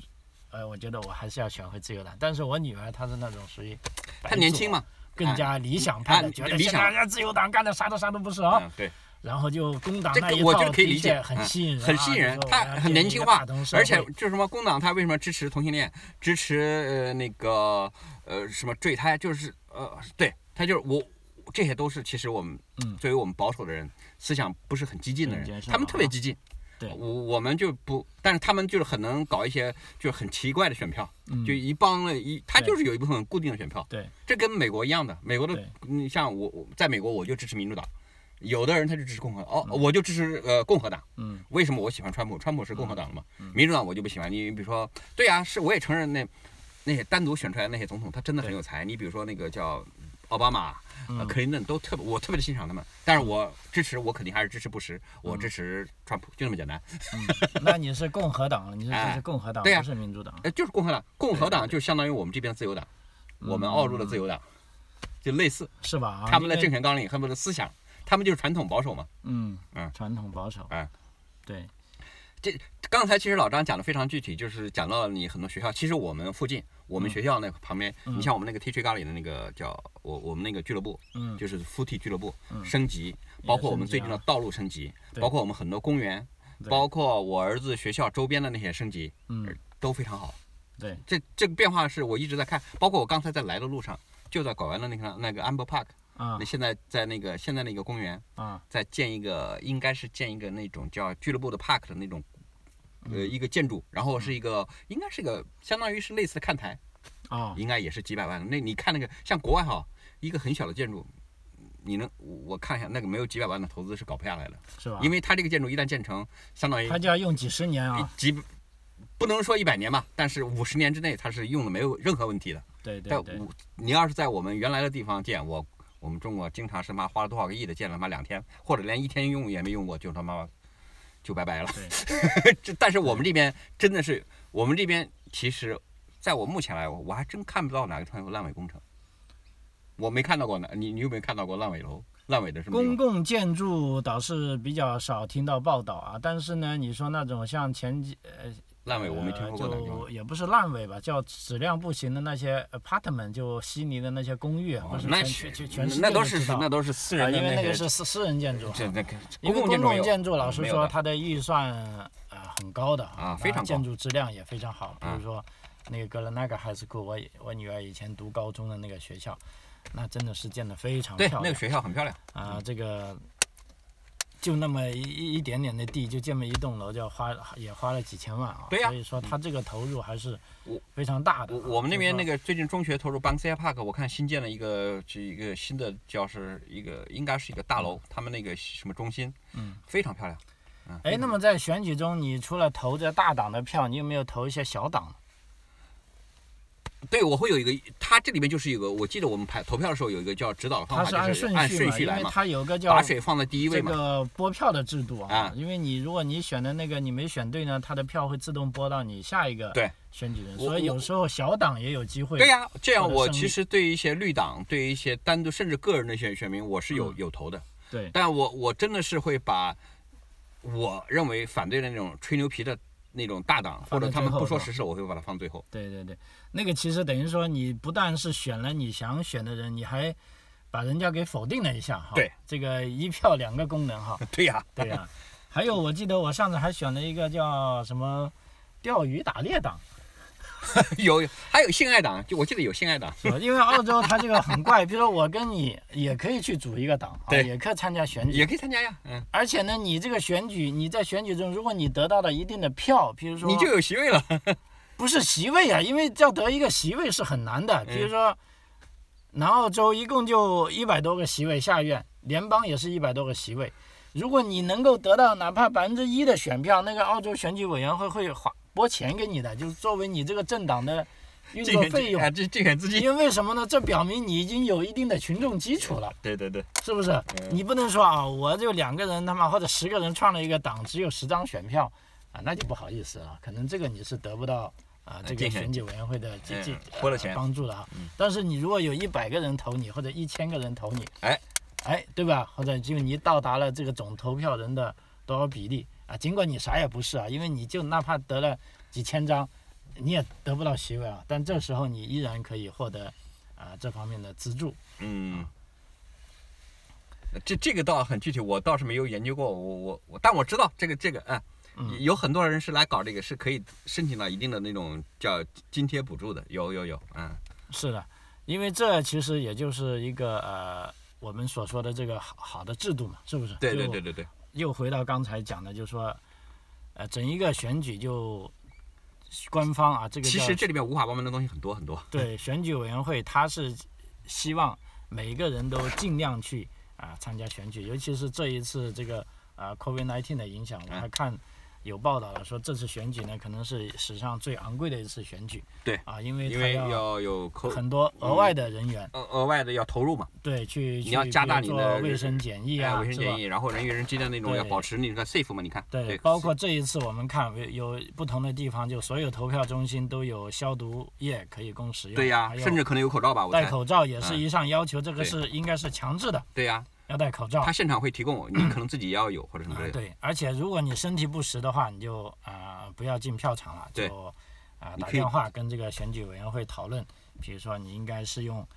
[SPEAKER 1] 呃，我觉得我还是要选回自由党。但是我女儿她是那种属于，
[SPEAKER 2] 他年轻，嘛，
[SPEAKER 1] 更加理想派的，
[SPEAKER 2] 啊
[SPEAKER 1] 觉得
[SPEAKER 2] 理
[SPEAKER 1] 现
[SPEAKER 2] 想
[SPEAKER 1] 在人家自由党干的啥都啥都不是啊，
[SPEAKER 2] 嗯，对，
[SPEAKER 1] 然后就工党
[SPEAKER 2] 这
[SPEAKER 1] 那
[SPEAKER 2] 个
[SPEAKER 1] 一
[SPEAKER 2] 我
[SPEAKER 1] 套
[SPEAKER 2] 觉得可以理
[SPEAKER 1] 的
[SPEAKER 2] 解
[SPEAKER 1] 确，很
[SPEAKER 2] 嗯
[SPEAKER 1] 吸引人啊，
[SPEAKER 2] 很吸引人
[SPEAKER 1] 就，说
[SPEAKER 2] 他
[SPEAKER 1] 我要
[SPEAKER 2] 很
[SPEAKER 1] 建
[SPEAKER 2] 年
[SPEAKER 1] 立
[SPEAKER 2] 轻
[SPEAKER 1] 一个大
[SPEAKER 2] 化
[SPEAKER 1] 同，社
[SPEAKER 2] 而且
[SPEAKER 1] 会
[SPEAKER 2] 就是什么工党，他为什么支持同性恋，支持呃那个呃什么坠胎，就是呃对他就是我。这些都是其实我们
[SPEAKER 1] 嗯
[SPEAKER 2] 作为我们保守的人，思想不是很激进的
[SPEAKER 1] 更
[SPEAKER 2] 人
[SPEAKER 1] 接，受
[SPEAKER 2] 他们特别
[SPEAKER 1] 啊
[SPEAKER 2] 激进。
[SPEAKER 1] 对
[SPEAKER 2] 我我们就不，但是他们就是很能搞一些就是很奇怪的选票，
[SPEAKER 1] 嗯
[SPEAKER 2] 就一帮了一，他
[SPEAKER 1] 对
[SPEAKER 2] 就是有一部分固定的选票。
[SPEAKER 1] 对，
[SPEAKER 2] 这跟美国一样的，美国的
[SPEAKER 1] 对
[SPEAKER 2] 你像我，我在美国我就支持民主党，有的人他就支持共和，哦，我就支持呃共和党。
[SPEAKER 1] 嗯
[SPEAKER 2] 为什么我喜欢川普？川普是共和党的嘛，民主党我就不喜欢。你比如说，对呀、是我也承认那那些单独选出来的那些总统，他真的很
[SPEAKER 1] 对
[SPEAKER 2] 有才。你比如说那个叫奥巴马、呃
[SPEAKER 1] 嗯
[SPEAKER 2] 克林顿，都特别我特别的欣赏他们。但是我支持，我肯定还是支持布什，我支持川普，就那么简单。
[SPEAKER 1] 嗯，那你是共和党了，你是
[SPEAKER 2] 哎
[SPEAKER 1] 你是共和党，
[SPEAKER 2] 对呀
[SPEAKER 1] 不是民主党。
[SPEAKER 2] 哎，就是共和党，共和党就相当于我们这边的自由党，我们澳洲的自由党，就类似
[SPEAKER 1] 是吧？嗯啊
[SPEAKER 2] 他们的
[SPEAKER 1] 因为
[SPEAKER 2] 政权纲领和他们的思想，他们就是传统保守嘛。
[SPEAKER 1] 嗯
[SPEAKER 2] 嗯
[SPEAKER 1] 传统保守
[SPEAKER 2] 哎
[SPEAKER 1] 对，
[SPEAKER 2] 这刚才其实老张讲的非常具体，就是讲到你很多学校，其实我们附近，我
[SPEAKER 1] 嗯
[SPEAKER 2] 们学校那旁边，你像我们那个 T 区咖喱的那个叫我我们那个俱乐部，
[SPEAKER 1] 嗯
[SPEAKER 2] 就是 FUT 俱乐部
[SPEAKER 1] 嗯
[SPEAKER 2] 升级，包括我们最近的道路升级，
[SPEAKER 1] 啊对
[SPEAKER 2] 包括我们很多公园，
[SPEAKER 1] 对
[SPEAKER 2] 包呃括我儿子学校周边的那些升级，
[SPEAKER 1] 嗯，
[SPEAKER 2] 都非常好。
[SPEAKER 1] 对，
[SPEAKER 2] 这这个变化是我一直在看，包括我刚才在来的路上，就在拐弯的那个那个 Amber Park，
[SPEAKER 1] 啊
[SPEAKER 2] 那现在在那个现在那个公园，
[SPEAKER 1] 啊，
[SPEAKER 2] 在建一个，应该是建一个那种叫俱乐部的 park 的那种，呃，一个建筑，然后是一个，应该是个相当于是类似的看台，
[SPEAKER 1] 哦，
[SPEAKER 2] 应该也是几百万的。那你看那个，像国外哈，一个很小的建筑，你能我我看一下，那个没有几百万的投资是搞不下来的，
[SPEAKER 1] 是吧？
[SPEAKER 2] 因哎为它这个建筑一旦建成，相当于
[SPEAKER 1] 他就要用几十年
[SPEAKER 2] 一
[SPEAKER 1] 啊，
[SPEAKER 2] 几，不能说一百年吧，但是五十年之内它是用的没有任何问题的。
[SPEAKER 1] 对对
[SPEAKER 2] 在
[SPEAKER 1] 对，
[SPEAKER 2] 我你要是在我们原来的地方建，我我们中国经常是妈花了多少个亿的建了妈两天，或者连一天用也没用过，就他妈就拜拜了。 [LAUGHS] 这但是我们这边真的是，我们这边其实，在我目前来，我还真看不到哪个地方有烂尾工程，我没看到过呢。你你有没有看到过烂尾楼、烂尾的什么地
[SPEAKER 1] 公
[SPEAKER 2] 方？
[SPEAKER 1] 共建筑倒是比较少听到报道啊，但是呢，你说那种像前几呃
[SPEAKER 2] 烂尾我没听
[SPEAKER 1] 呃
[SPEAKER 2] 说过哪个地
[SPEAKER 1] 就
[SPEAKER 2] 方。
[SPEAKER 1] 也不是烂尾吧，叫质量不行的那些呃 apartment，就悉尼的那些公寓，不
[SPEAKER 2] 哦
[SPEAKER 1] 是
[SPEAKER 2] 那
[SPEAKER 1] 全全
[SPEAKER 2] 是
[SPEAKER 1] 全全世界
[SPEAKER 2] 那都
[SPEAKER 1] 都
[SPEAKER 2] 是
[SPEAKER 1] 知道
[SPEAKER 2] 那都是私
[SPEAKER 1] 啊
[SPEAKER 2] 人的
[SPEAKER 1] 因为那
[SPEAKER 2] 些
[SPEAKER 1] 个是私私人建筑啊，
[SPEAKER 2] 这那个
[SPEAKER 1] 因为
[SPEAKER 2] 公
[SPEAKER 1] 公共建
[SPEAKER 2] 建
[SPEAKER 1] 筑，老实
[SPEAKER 2] 没有
[SPEAKER 1] 说，
[SPEAKER 2] 的
[SPEAKER 1] 它的预算呃很高的
[SPEAKER 2] 啊非常高
[SPEAKER 1] 建筑质量也非常好。比
[SPEAKER 2] 啊
[SPEAKER 1] 如说那个格伦纳格 high school，我我女儿以前读高中的那个学校，那真的是建得非常
[SPEAKER 2] 对
[SPEAKER 1] 漂
[SPEAKER 2] 那
[SPEAKER 1] 亮
[SPEAKER 2] 个学校很漂亮。
[SPEAKER 1] 啊、这个就那么一一一点点的地，就这么一栋楼，就要花也花了几千万啊。
[SPEAKER 2] 对呀
[SPEAKER 1] 所以说它这个投入还是
[SPEAKER 2] 我
[SPEAKER 1] 非常大的啊、
[SPEAKER 2] 我我们那
[SPEAKER 1] 就是
[SPEAKER 2] 边
[SPEAKER 1] 说
[SPEAKER 2] 那个最近中学投入 Banksia Park，我看新建了一个这一个新的叫是一个应该是一个大楼，他们那个什么中心，
[SPEAKER 1] 嗯，
[SPEAKER 2] 非常漂亮。
[SPEAKER 1] 哎，那么在选举中，你除了投这大党的票，你有没有投一些小
[SPEAKER 2] 哦
[SPEAKER 1] 党？
[SPEAKER 2] 对，我会有一个，它这里面就是一个，我记得我们排投票的时候有一个叫指导的
[SPEAKER 1] 它
[SPEAKER 2] 方
[SPEAKER 1] 是
[SPEAKER 2] 法，
[SPEAKER 1] 按
[SPEAKER 2] 就是
[SPEAKER 1] 顺
[SPEAKER 2] 按
[SPEAKER 1] 序
[SPEAKER 2] 顺
[SPEAKER 1] 嘛，
[SPEAKER 2] 序
[SPEAKER 1] 因
[SPEAKER 2] 来
[SPEAKER 1] 为
[SPEAKER 2] 嘛，
[SPEAKER 1] 它有个叫
[SPEAKER 2] 把水放在第一位
[SPEAKER 1] 这
[SPEAKER 2] 嘛。
[SPEAKER 1] 个拨票的制度啊
[SPEAKER 2] 啊，
[SPEAKER 1] 因为你如果你选的那个你没选对呢，他的票会自动拨到你下一个
[SPEAKER 2] 对
[SPEAKER 1] 选举人，
[SPEAKER 2] 我
[SPEAKER 1] 所以
[SPEAKER 2] 我
[SPEAKER 1] 有时候小党也有机会。
[SPEAKER 2] 对呀、这样
[SPEAKER 1] 或者
[SPEAKER 2] 我
[SPEAKER 1] 胜
[SPEAKER 2] 其
[SPEAKER 1] 利
[SPEAKER 2] 实对一些绿党、对一些单独甚至个人的一些选民，我是有、
[SPEAKER 1] 嗯
[SPEAKER 2] 有投的，
[SPEAKER 1] 对
[SPEAKER 2] 但我我真的是会把我认为反对的那种吹牛皮的那种大党，或
[SPEAKER 1] 放在
[SPEAKER 2] 者他
[SPEAKER 1] 最后
[SPEAKER 2] 们不
[SPEAKER 1] 是
[SPEAKER 2] 说
[SPEAKER 1] 吧
[SPEAKER 2] 实事，我会把它放最后。
[SPEAKER 1] 对对对，那个其实等于说你不但是选了你想选的人，你还把人家给否定了一下哈。
[SPEAKER 2] 对，
[SPEAKER 1] 这个一票两个功
[SPEAKER 2] [LAUGHS]
[SPEAKER 1] 能哈。
[SPEAKER 2] 对呀、
[SPEAKER 1] 对呀、还有我记得我上次还选了一个叫什么钓鱼打猎党。
[SPEAKER 2] [LAUGHS] 有还有性爱党，就我记得有性爱党，
[SPEAKER 1] 是吧？因为澳洲它这个很怪，比如说我跟你也可以去组一个党，啊，
[SPEAKER 2] 对
[SPEAKER 1] 也可以参加选举，
[SPEAKER 2] 也可以参加呀。嗯，
[SPEAKER 1] 而且呢，你这个选举，你在选举中，如果你得到了一定的票，比如说
[SPEAKER 2] 你就有席位了。
[SPEAKER 1] 不是席位啊，因为要得一个席位是很难的。比如说，南澳洲一共就一百多个席位，下院联邦也是一百多个席位。如果你能够得到哪怕百分之一的选票，那个澳洲选举委员会会花拨钱给你的，就是作为你这个政党的运
[SPEAKER 2] [LAUGHS] 竞
[SPEAKER 1] 作
[SPEAKER 2] 选
[SPEAKER 1] 费用
[SPEAKER 2] 啊，。竞竞选资金。
[SPEAKER 1] 因为什么呢？这表明你已经有一定的群众基础了。
[SPEAKER 2] 对对对，
[SPEAKER 1] 是不
[SPEAKER 2] 嗯
[SPEAKER 1] 是？你不能说啊，我就两个人他妈或者十个人创了一个党，只有十张选票啊，那就不好意思了，可能这个你是得不到啊、这个
[SPEAKER 2] 呃竞选
[SPEAKER 1] 选举委员会的这这
[SPEAKER 2] 嗯拨了
[SPEAKER 1] 呃
[SPEAKER 2] 钱
[SPEAKER 1] 帮助的啊。
[SPEAKER 2] 嗯
[SPEAKER 1] 但是你如果有一百个人投你，或者一千个人投你，
[SPEAKER 2] 哎
[SPEAKER 1] 哎，对吧？或者就你到达了这个总投票人的多少比例啊？尽管你啥也不是啊，因为你就哪怕得了几千张，你也得不到席位啊，但这时候你依然可以获得啊、这方面的资助。
[SPEAKER 2] 嗯，呃这这个倒很具体，我倒是没有研究过，我我我，但我知道这个这个，哎、
[SPEAKER 1] 嗯
[SPEAKER 2] 有很多人是来搞这个，是可以申请到一定的那种叫津贴补助的，有有有，嗯，
[SPEAKER 1] 是的，因为这其实也就是一个呃，我们所说的这个好好的制度嘛，是不是？
[SPEAKER 2] 对对
[SPEAKER 1] 就
[SPEAKER 2] 对对对，
[SPEAKER 1] 又回到刚才讲的，就是说，呃，整一个选举就官方啊，这个
[SPEAKER 2] 其
[SPEAKER 1] 叫
[SPEAKER 2] 实这里面无法帮忙的东西很多很多，
[SPEAKER 1] 对选举委员会，他是希望每个人都尽量去啊、参加选举，尤其是这一次这个啊 COVID-19 的影响，我
[SPEAKER 2] 嗯
[SPEAKER 1] 还看有报道了，说这次选举呢，可能是史上最昂贵的一次选举。
[SPEAKER 2] 对
[SPEAKER 1] 啊，因为
[SPEAKER 2] 因
[SPEAKER 1] 它
[SPEAKER 2] 为
[SPEAKER 1] 要
[SPEAKER 2] 要嗯有扣
[SPEAKER 1] 很多额外的人员。
[SPEAKER 2] 额额外的要投入嘛，
[SPEAKER 1] 对，去
[SPEAKER 2] 你
[SPEAKER 1] 去
[SPEAKER 2] 要加
[SPEAKER 1] 比
[SPEAKER 2] 大
[SPEAKER 1] 如
[SPEAKER 2] 你
[SPEAKER 1] 做
[SPEAKER 2] 的
[SPEAKER 1] 卫
[SPEAKER 2] 人
[SPEAKER 1] 生检疫
[SPEAKER 2] 哎，
[SPEAKER 1] 啊，
[SPEAKER 2] 卫生
[SPEAKER 1] 是吧
[SPEAKER 2] 建议，然后人与人之间那种要
[SPEAKER 1] 对
[SPEAKER 2] 保持那个 safe 嘛，你看，
[SPEAKER 1] 对，包括这一次我们看有有不同的地方，就所有投票中心都有消毒液可以供使用，
[SPEAKER 2] 对呀、
[SPEAKER 1] 还有
[SPEAKER 2] 甚至可能有口罩吧，我
[SPEAKER 1] 戴
[SPEAKER 2] 猜。
[SPEAKER 1] 口罩也是
[SPEAKER 2] 嗯
[SPEAKER 1] 一项要求，这个
[SPEAKER 2] 对
[SPEAKER 1] 是应该是强制的。
[SPEAKER 2] 对呀、
[SPEAKER 1] 要戴口罩啊
[SPEAKER 2] 他。现场会提供，你可能自己也要有或者什么之类的。
[SPEAKER 1] 对，而且如果你身体不实的话，你就啊、呃不要进票场了，
[SPEAKER 2] 对
[SPEAKER 1] 就啊、
[SPEAKER 2] 你
[SPEAKER 1] 打
[SPEAKER 2] 可以
[SPEAKER 1] 电话跟这个选举委员会讨论，比如说你应该是用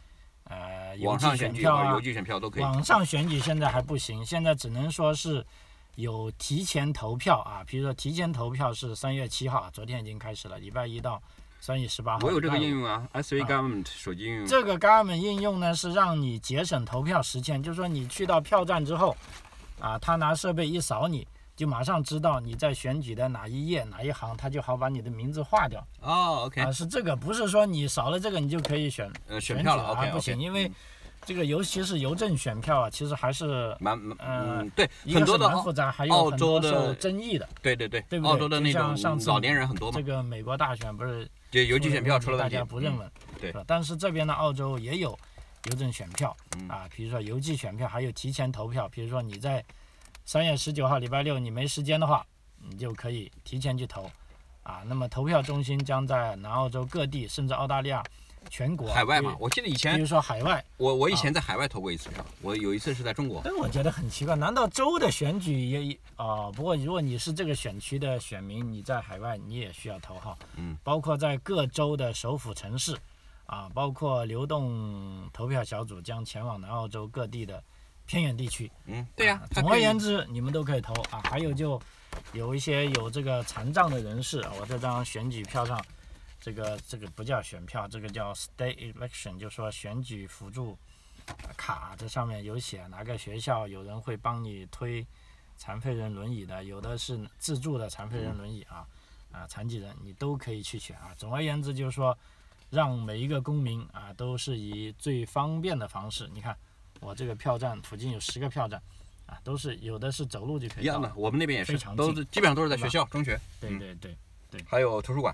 [SPEAKER 1] 呃邮
[SPEAKER 2] 网
[SPEAKER 1] 寄
[SPEAKER 2] 上
[SPEAKER 1] 选
[SPEAKER 2] 选举
[SPEAKER 1] 票
[SPEAKER 2] 和
[SPEAKER 1] 啊
[SPEAKER 2] 邮，寄选票都可以。
[SPEAKER 1] 网上选举现在还不行，现在只能说是有提前投票啊，比如说提前投票是三月七号啊，昨天已经开始了，礼拜一到三月十八号。
[SPEAKER 2] 我有这个
[SPEAKER 1] 礼拜五
[SPEAKER 2] 应用啊，SV Government 手机应用。
[SPEAKER 1] 这个 Garmin 应用呢，是让你节省投票时间，就是说你去到票站之后，啊，他拿设备一扫你，就马上知道你在选举的哪一页哪一行，他就好把你的名字划掉。
[SPEAKER 2] 哦，OK，
[SPEAKER 1] 啊，是这个，不是说你扫了这个你就可以选
[SPEAKER 2] 呃，
[SPEAKER 1] 选
[SPEAKER 2] 选
[SPEAKER 1] 举
[SPEAKER 2] 票了
[SPEAKER 1] 啊
[SPEAKER 2] ，OK，
[SPEAKER 1] 不行，因为这个尤其是邮政选票啊，其实还是
[SPEAKER 2] 蛮蛮
[SPEAKER 1] 呃
[SPEAKER 2] 嗯，对，
[SPEAKER 1] 一
[SPEAKER 2] 很
[SPEAKER 1] 个
[SPEAKER 2] 多
[SPEAKER 1] 是
[SPEAKER 2] 的
[SPEAKER 1] 蛮复
[SPEAKER 2] 澳
[SPEAKER 1] 杂，还有
[SPEAKER 2] 澳
[SPEAKER 1] 很多
[SPEAKER 2] 洲的
[SPEAKER 1] 受争议的。
[SPEAKER 2] 对对对
[SPEAKER 1] 对，不
[SPEAKER 2] 澳
[SPEAKER 1] 对
[SPEAKER 2] 洲的
[SPEAKER 1] 就
[SPEAKER 2] 那
[SPEAKER 1] 像上
[SPEAKER 2] 种
[SPEAKER 1] 次
[SPEAKER 2] 老年人很多嘛
[SPEAKER 1] 这，个美国大选不是
[SPEAKER 2] 就邮寄
[SPEAKER 1] 出了
[SPEAKER 2] 选票
[SPEAKER 1] 问题
[SPEAKER 2] 出了
[SPEAKER 1] 大
[SPEAKER 2] 问题，嗯
[SPEAKER 1] 家不认为，
[SPEAKER 2] 对
[SPEAKER 1] 是吧但是这边的澳洲也有邮政选票、
[SPEAKER 2] 嗯
[SPEAKER 1] 啊，比如说邮寄选票，还有提前投票。比如说你在三月十九号礼拜六你没时间的话，你就可以提前去投啊。那么投票中心将在南澳洲各地，甚至澳大利亚全国
[SPEAKER 2] 嗯海外嘛
[SPEAKER 1] 比。如
[SPEAKER 2] 我记得以
[SPEAKER 1] 比
[SPEAKER 2] 前
[SPEAKER 1] 如说海外，
[SPEAKER 2] 我
[SPEAKER 1] 啊
[SPEAKER 2] 我以前在海外投过一次票，我有一次是在中国，
[SPEAKER 1] 但哎我觉得很奇怪，难道州的选举也也啊、不过如果你是这个选区的选民，你在海外你也需要投号，
[SPEAKER 2] 嗯，
[SPEAKER 1] 包括在各州的首府城市，啊，包括流动投票小组将前往南澳洲各地的偏远地区。
[SPEAKER 2] 嗯，对呀
[SPEAKER 1] 啊，
[SPEAKER 2] 它
[SPEAKER 1] 总
[SPEAKER 2] 可
[SPEAKER 1] 而
[SPEAKER 2] 以
[SPEAKER 1] 言之，你们都可以投啊。还有就有一些有这个残障的人士，啊我这张选举票上，这个这个不叫选票，这个叫 state election，就说选举辅助呃卡，这上面有写哪个学校有人会帮你推残废人轮椅的，有的是自助的残废人轮椅啊，啊，残疾人你都可以去选啊。总而言之，就是说。让每一个公民啊，都是以最方便的方式。你看，我这个票站附近有十个票站，啊，都是有的是走路就可
[SPEAKER 2] 一
[SPEAKER 1] 以到
[SPEAKER 2] 样的
[SPEAKER 1] 了。，
[SPEAKER 2] 我们那边也
[SPEAKER 1] 非
[SPEAKER 2] 是，
[SPEAKER 1] 常
[SPEAKER 2] 都
[SPEAKER 1] 近
[SPEAKER 2] 是基本上都是在学校、中学，
[SPEAKER 1] 对
[SPEAKER 2] 嗯
[SPEAKER 1] 对对，
[SPEAKER 2] 还有图书馆。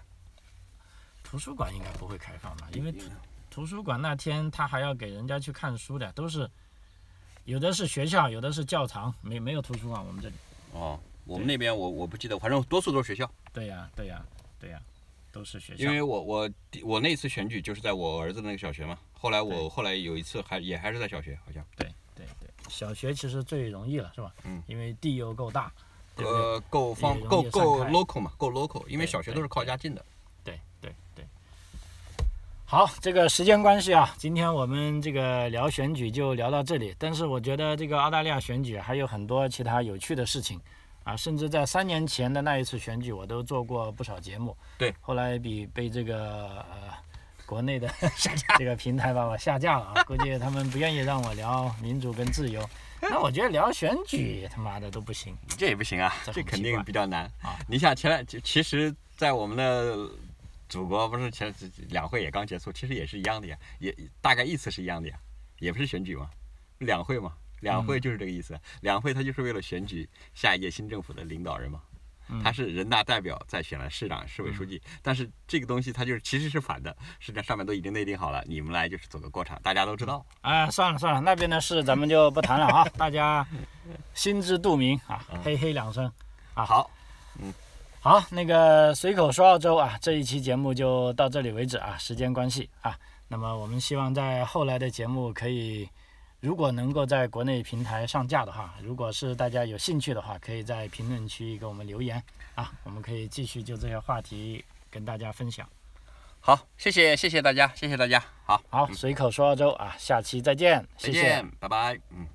[SPEAKER 1] 图书馆应该不会开放吧？因为图图书馆那天他还要给人家去看书的，都是有的是学校，有的是教堂，没没有图书馆我们这里。
[SPEAKER 2] 哦，我们
[SPEAKER 1] 对
[SPEAKER 2] 那边我我不记得，反正多数都是学校，
[SPEAKER 1] 对呀、对呀、对呀、都是学
[SPEAKER 2] 因
[SPEAKER 1] 校。
[SPEAKER 2] 为我我第我那次选举就是在我儿子那个小学嘛，后来我后来有一次还也还是在小学，好像
[SPEAKER 1] 对对对，小学其实最容易了，是吧？
[SPEAKER 2] 嗯。
[SPEAKER 1] 因为地又够大，对不对？
[SPEAKER 2] 呃够方
[SPEAKER 1] 也容
[SPEAKER 2] 够
[SPEAKER 1] 易
[SPEAKER 2] 够
[SPEAKER 1] 散开
[SPEAKER 2] local 嘛，够 local，因为
[SPEAKER 1] 对
[SPEAKER 2] 小学
[SPEAKER 1] 对
[SPEAKER 2] 都是靠家近的。
[SPEAKER 1] 对对对。好，这个时间关系啊，今天我们这个聊选举就聊到这里。但是我觉得这个澳大利亚选举还有很多其他有趣的事情啊，甚至在三年前的那一次选举，我都做过不少节目。
[SPEAKER 2] 对，
[SPEAKER 1] 后来比被这个呃国
[SPEAKER 2] [LAUGHS]
[SPEAKER 1] 内的这个平台把我下架了啊，估计他们不愿意让我聊民主跟自由。那我觉得聊选举他妈的都不行。
[SPEAKER 2] 这也不行啊，
[SPEAKER 1] 这
[SPEAKER 2] 嗯这
[SPEAKER 1] 很
[SPEAKER 2] 肯
[SPEAKER 1] 奇
[SPEAKER 2] 定
[SPEAKER 1] 怪
[SPEAKER 2] 比较难
[SPEAKER 1] 啊。
[SPEAKER 2] 你想前两，其实，在我们的祖国不是前两会也刚结束，其实也是一样的呀，也大概意思是一样的呀，也不是选举嘛，两会嘛，两会就是这个意思。两会它就是为了选举下一届新政府的领导人嘛。他是人大代表再选了市长、市委书记，但是这个东西它就是其实是反的，实际上上面都已经内定好了，你们来就是走个过场，大家都知道。
[SPEAKER 1] 哎，算了算了，那边的事咱们就不谈了啊，大家心知肚明啊，嘿嘿两声。啊
[SPEAKER 2] 好，
[SPEAKER 1] 好，那个随口说澳洲啊，这一期节目就到这里为止啊，时间关系啊。那么我们希望在后来的节目可以，如果能够在国内平台上架的话，如果是大家有兴趣的话，可以在评论区给我们留言啊，我们可以继续就这些话题跟大家分享。
[SPEAKER 2] 好，谢谢谢谢大家，谢谢大家，好，
[SPEAKER 1] 嗯好，随口说澳洲啊，下期再见，谢
[SPEAKER 2] 再
[SPEAKER 1] 谢。
[SPEAKER 2] 见，拜拜，嗯。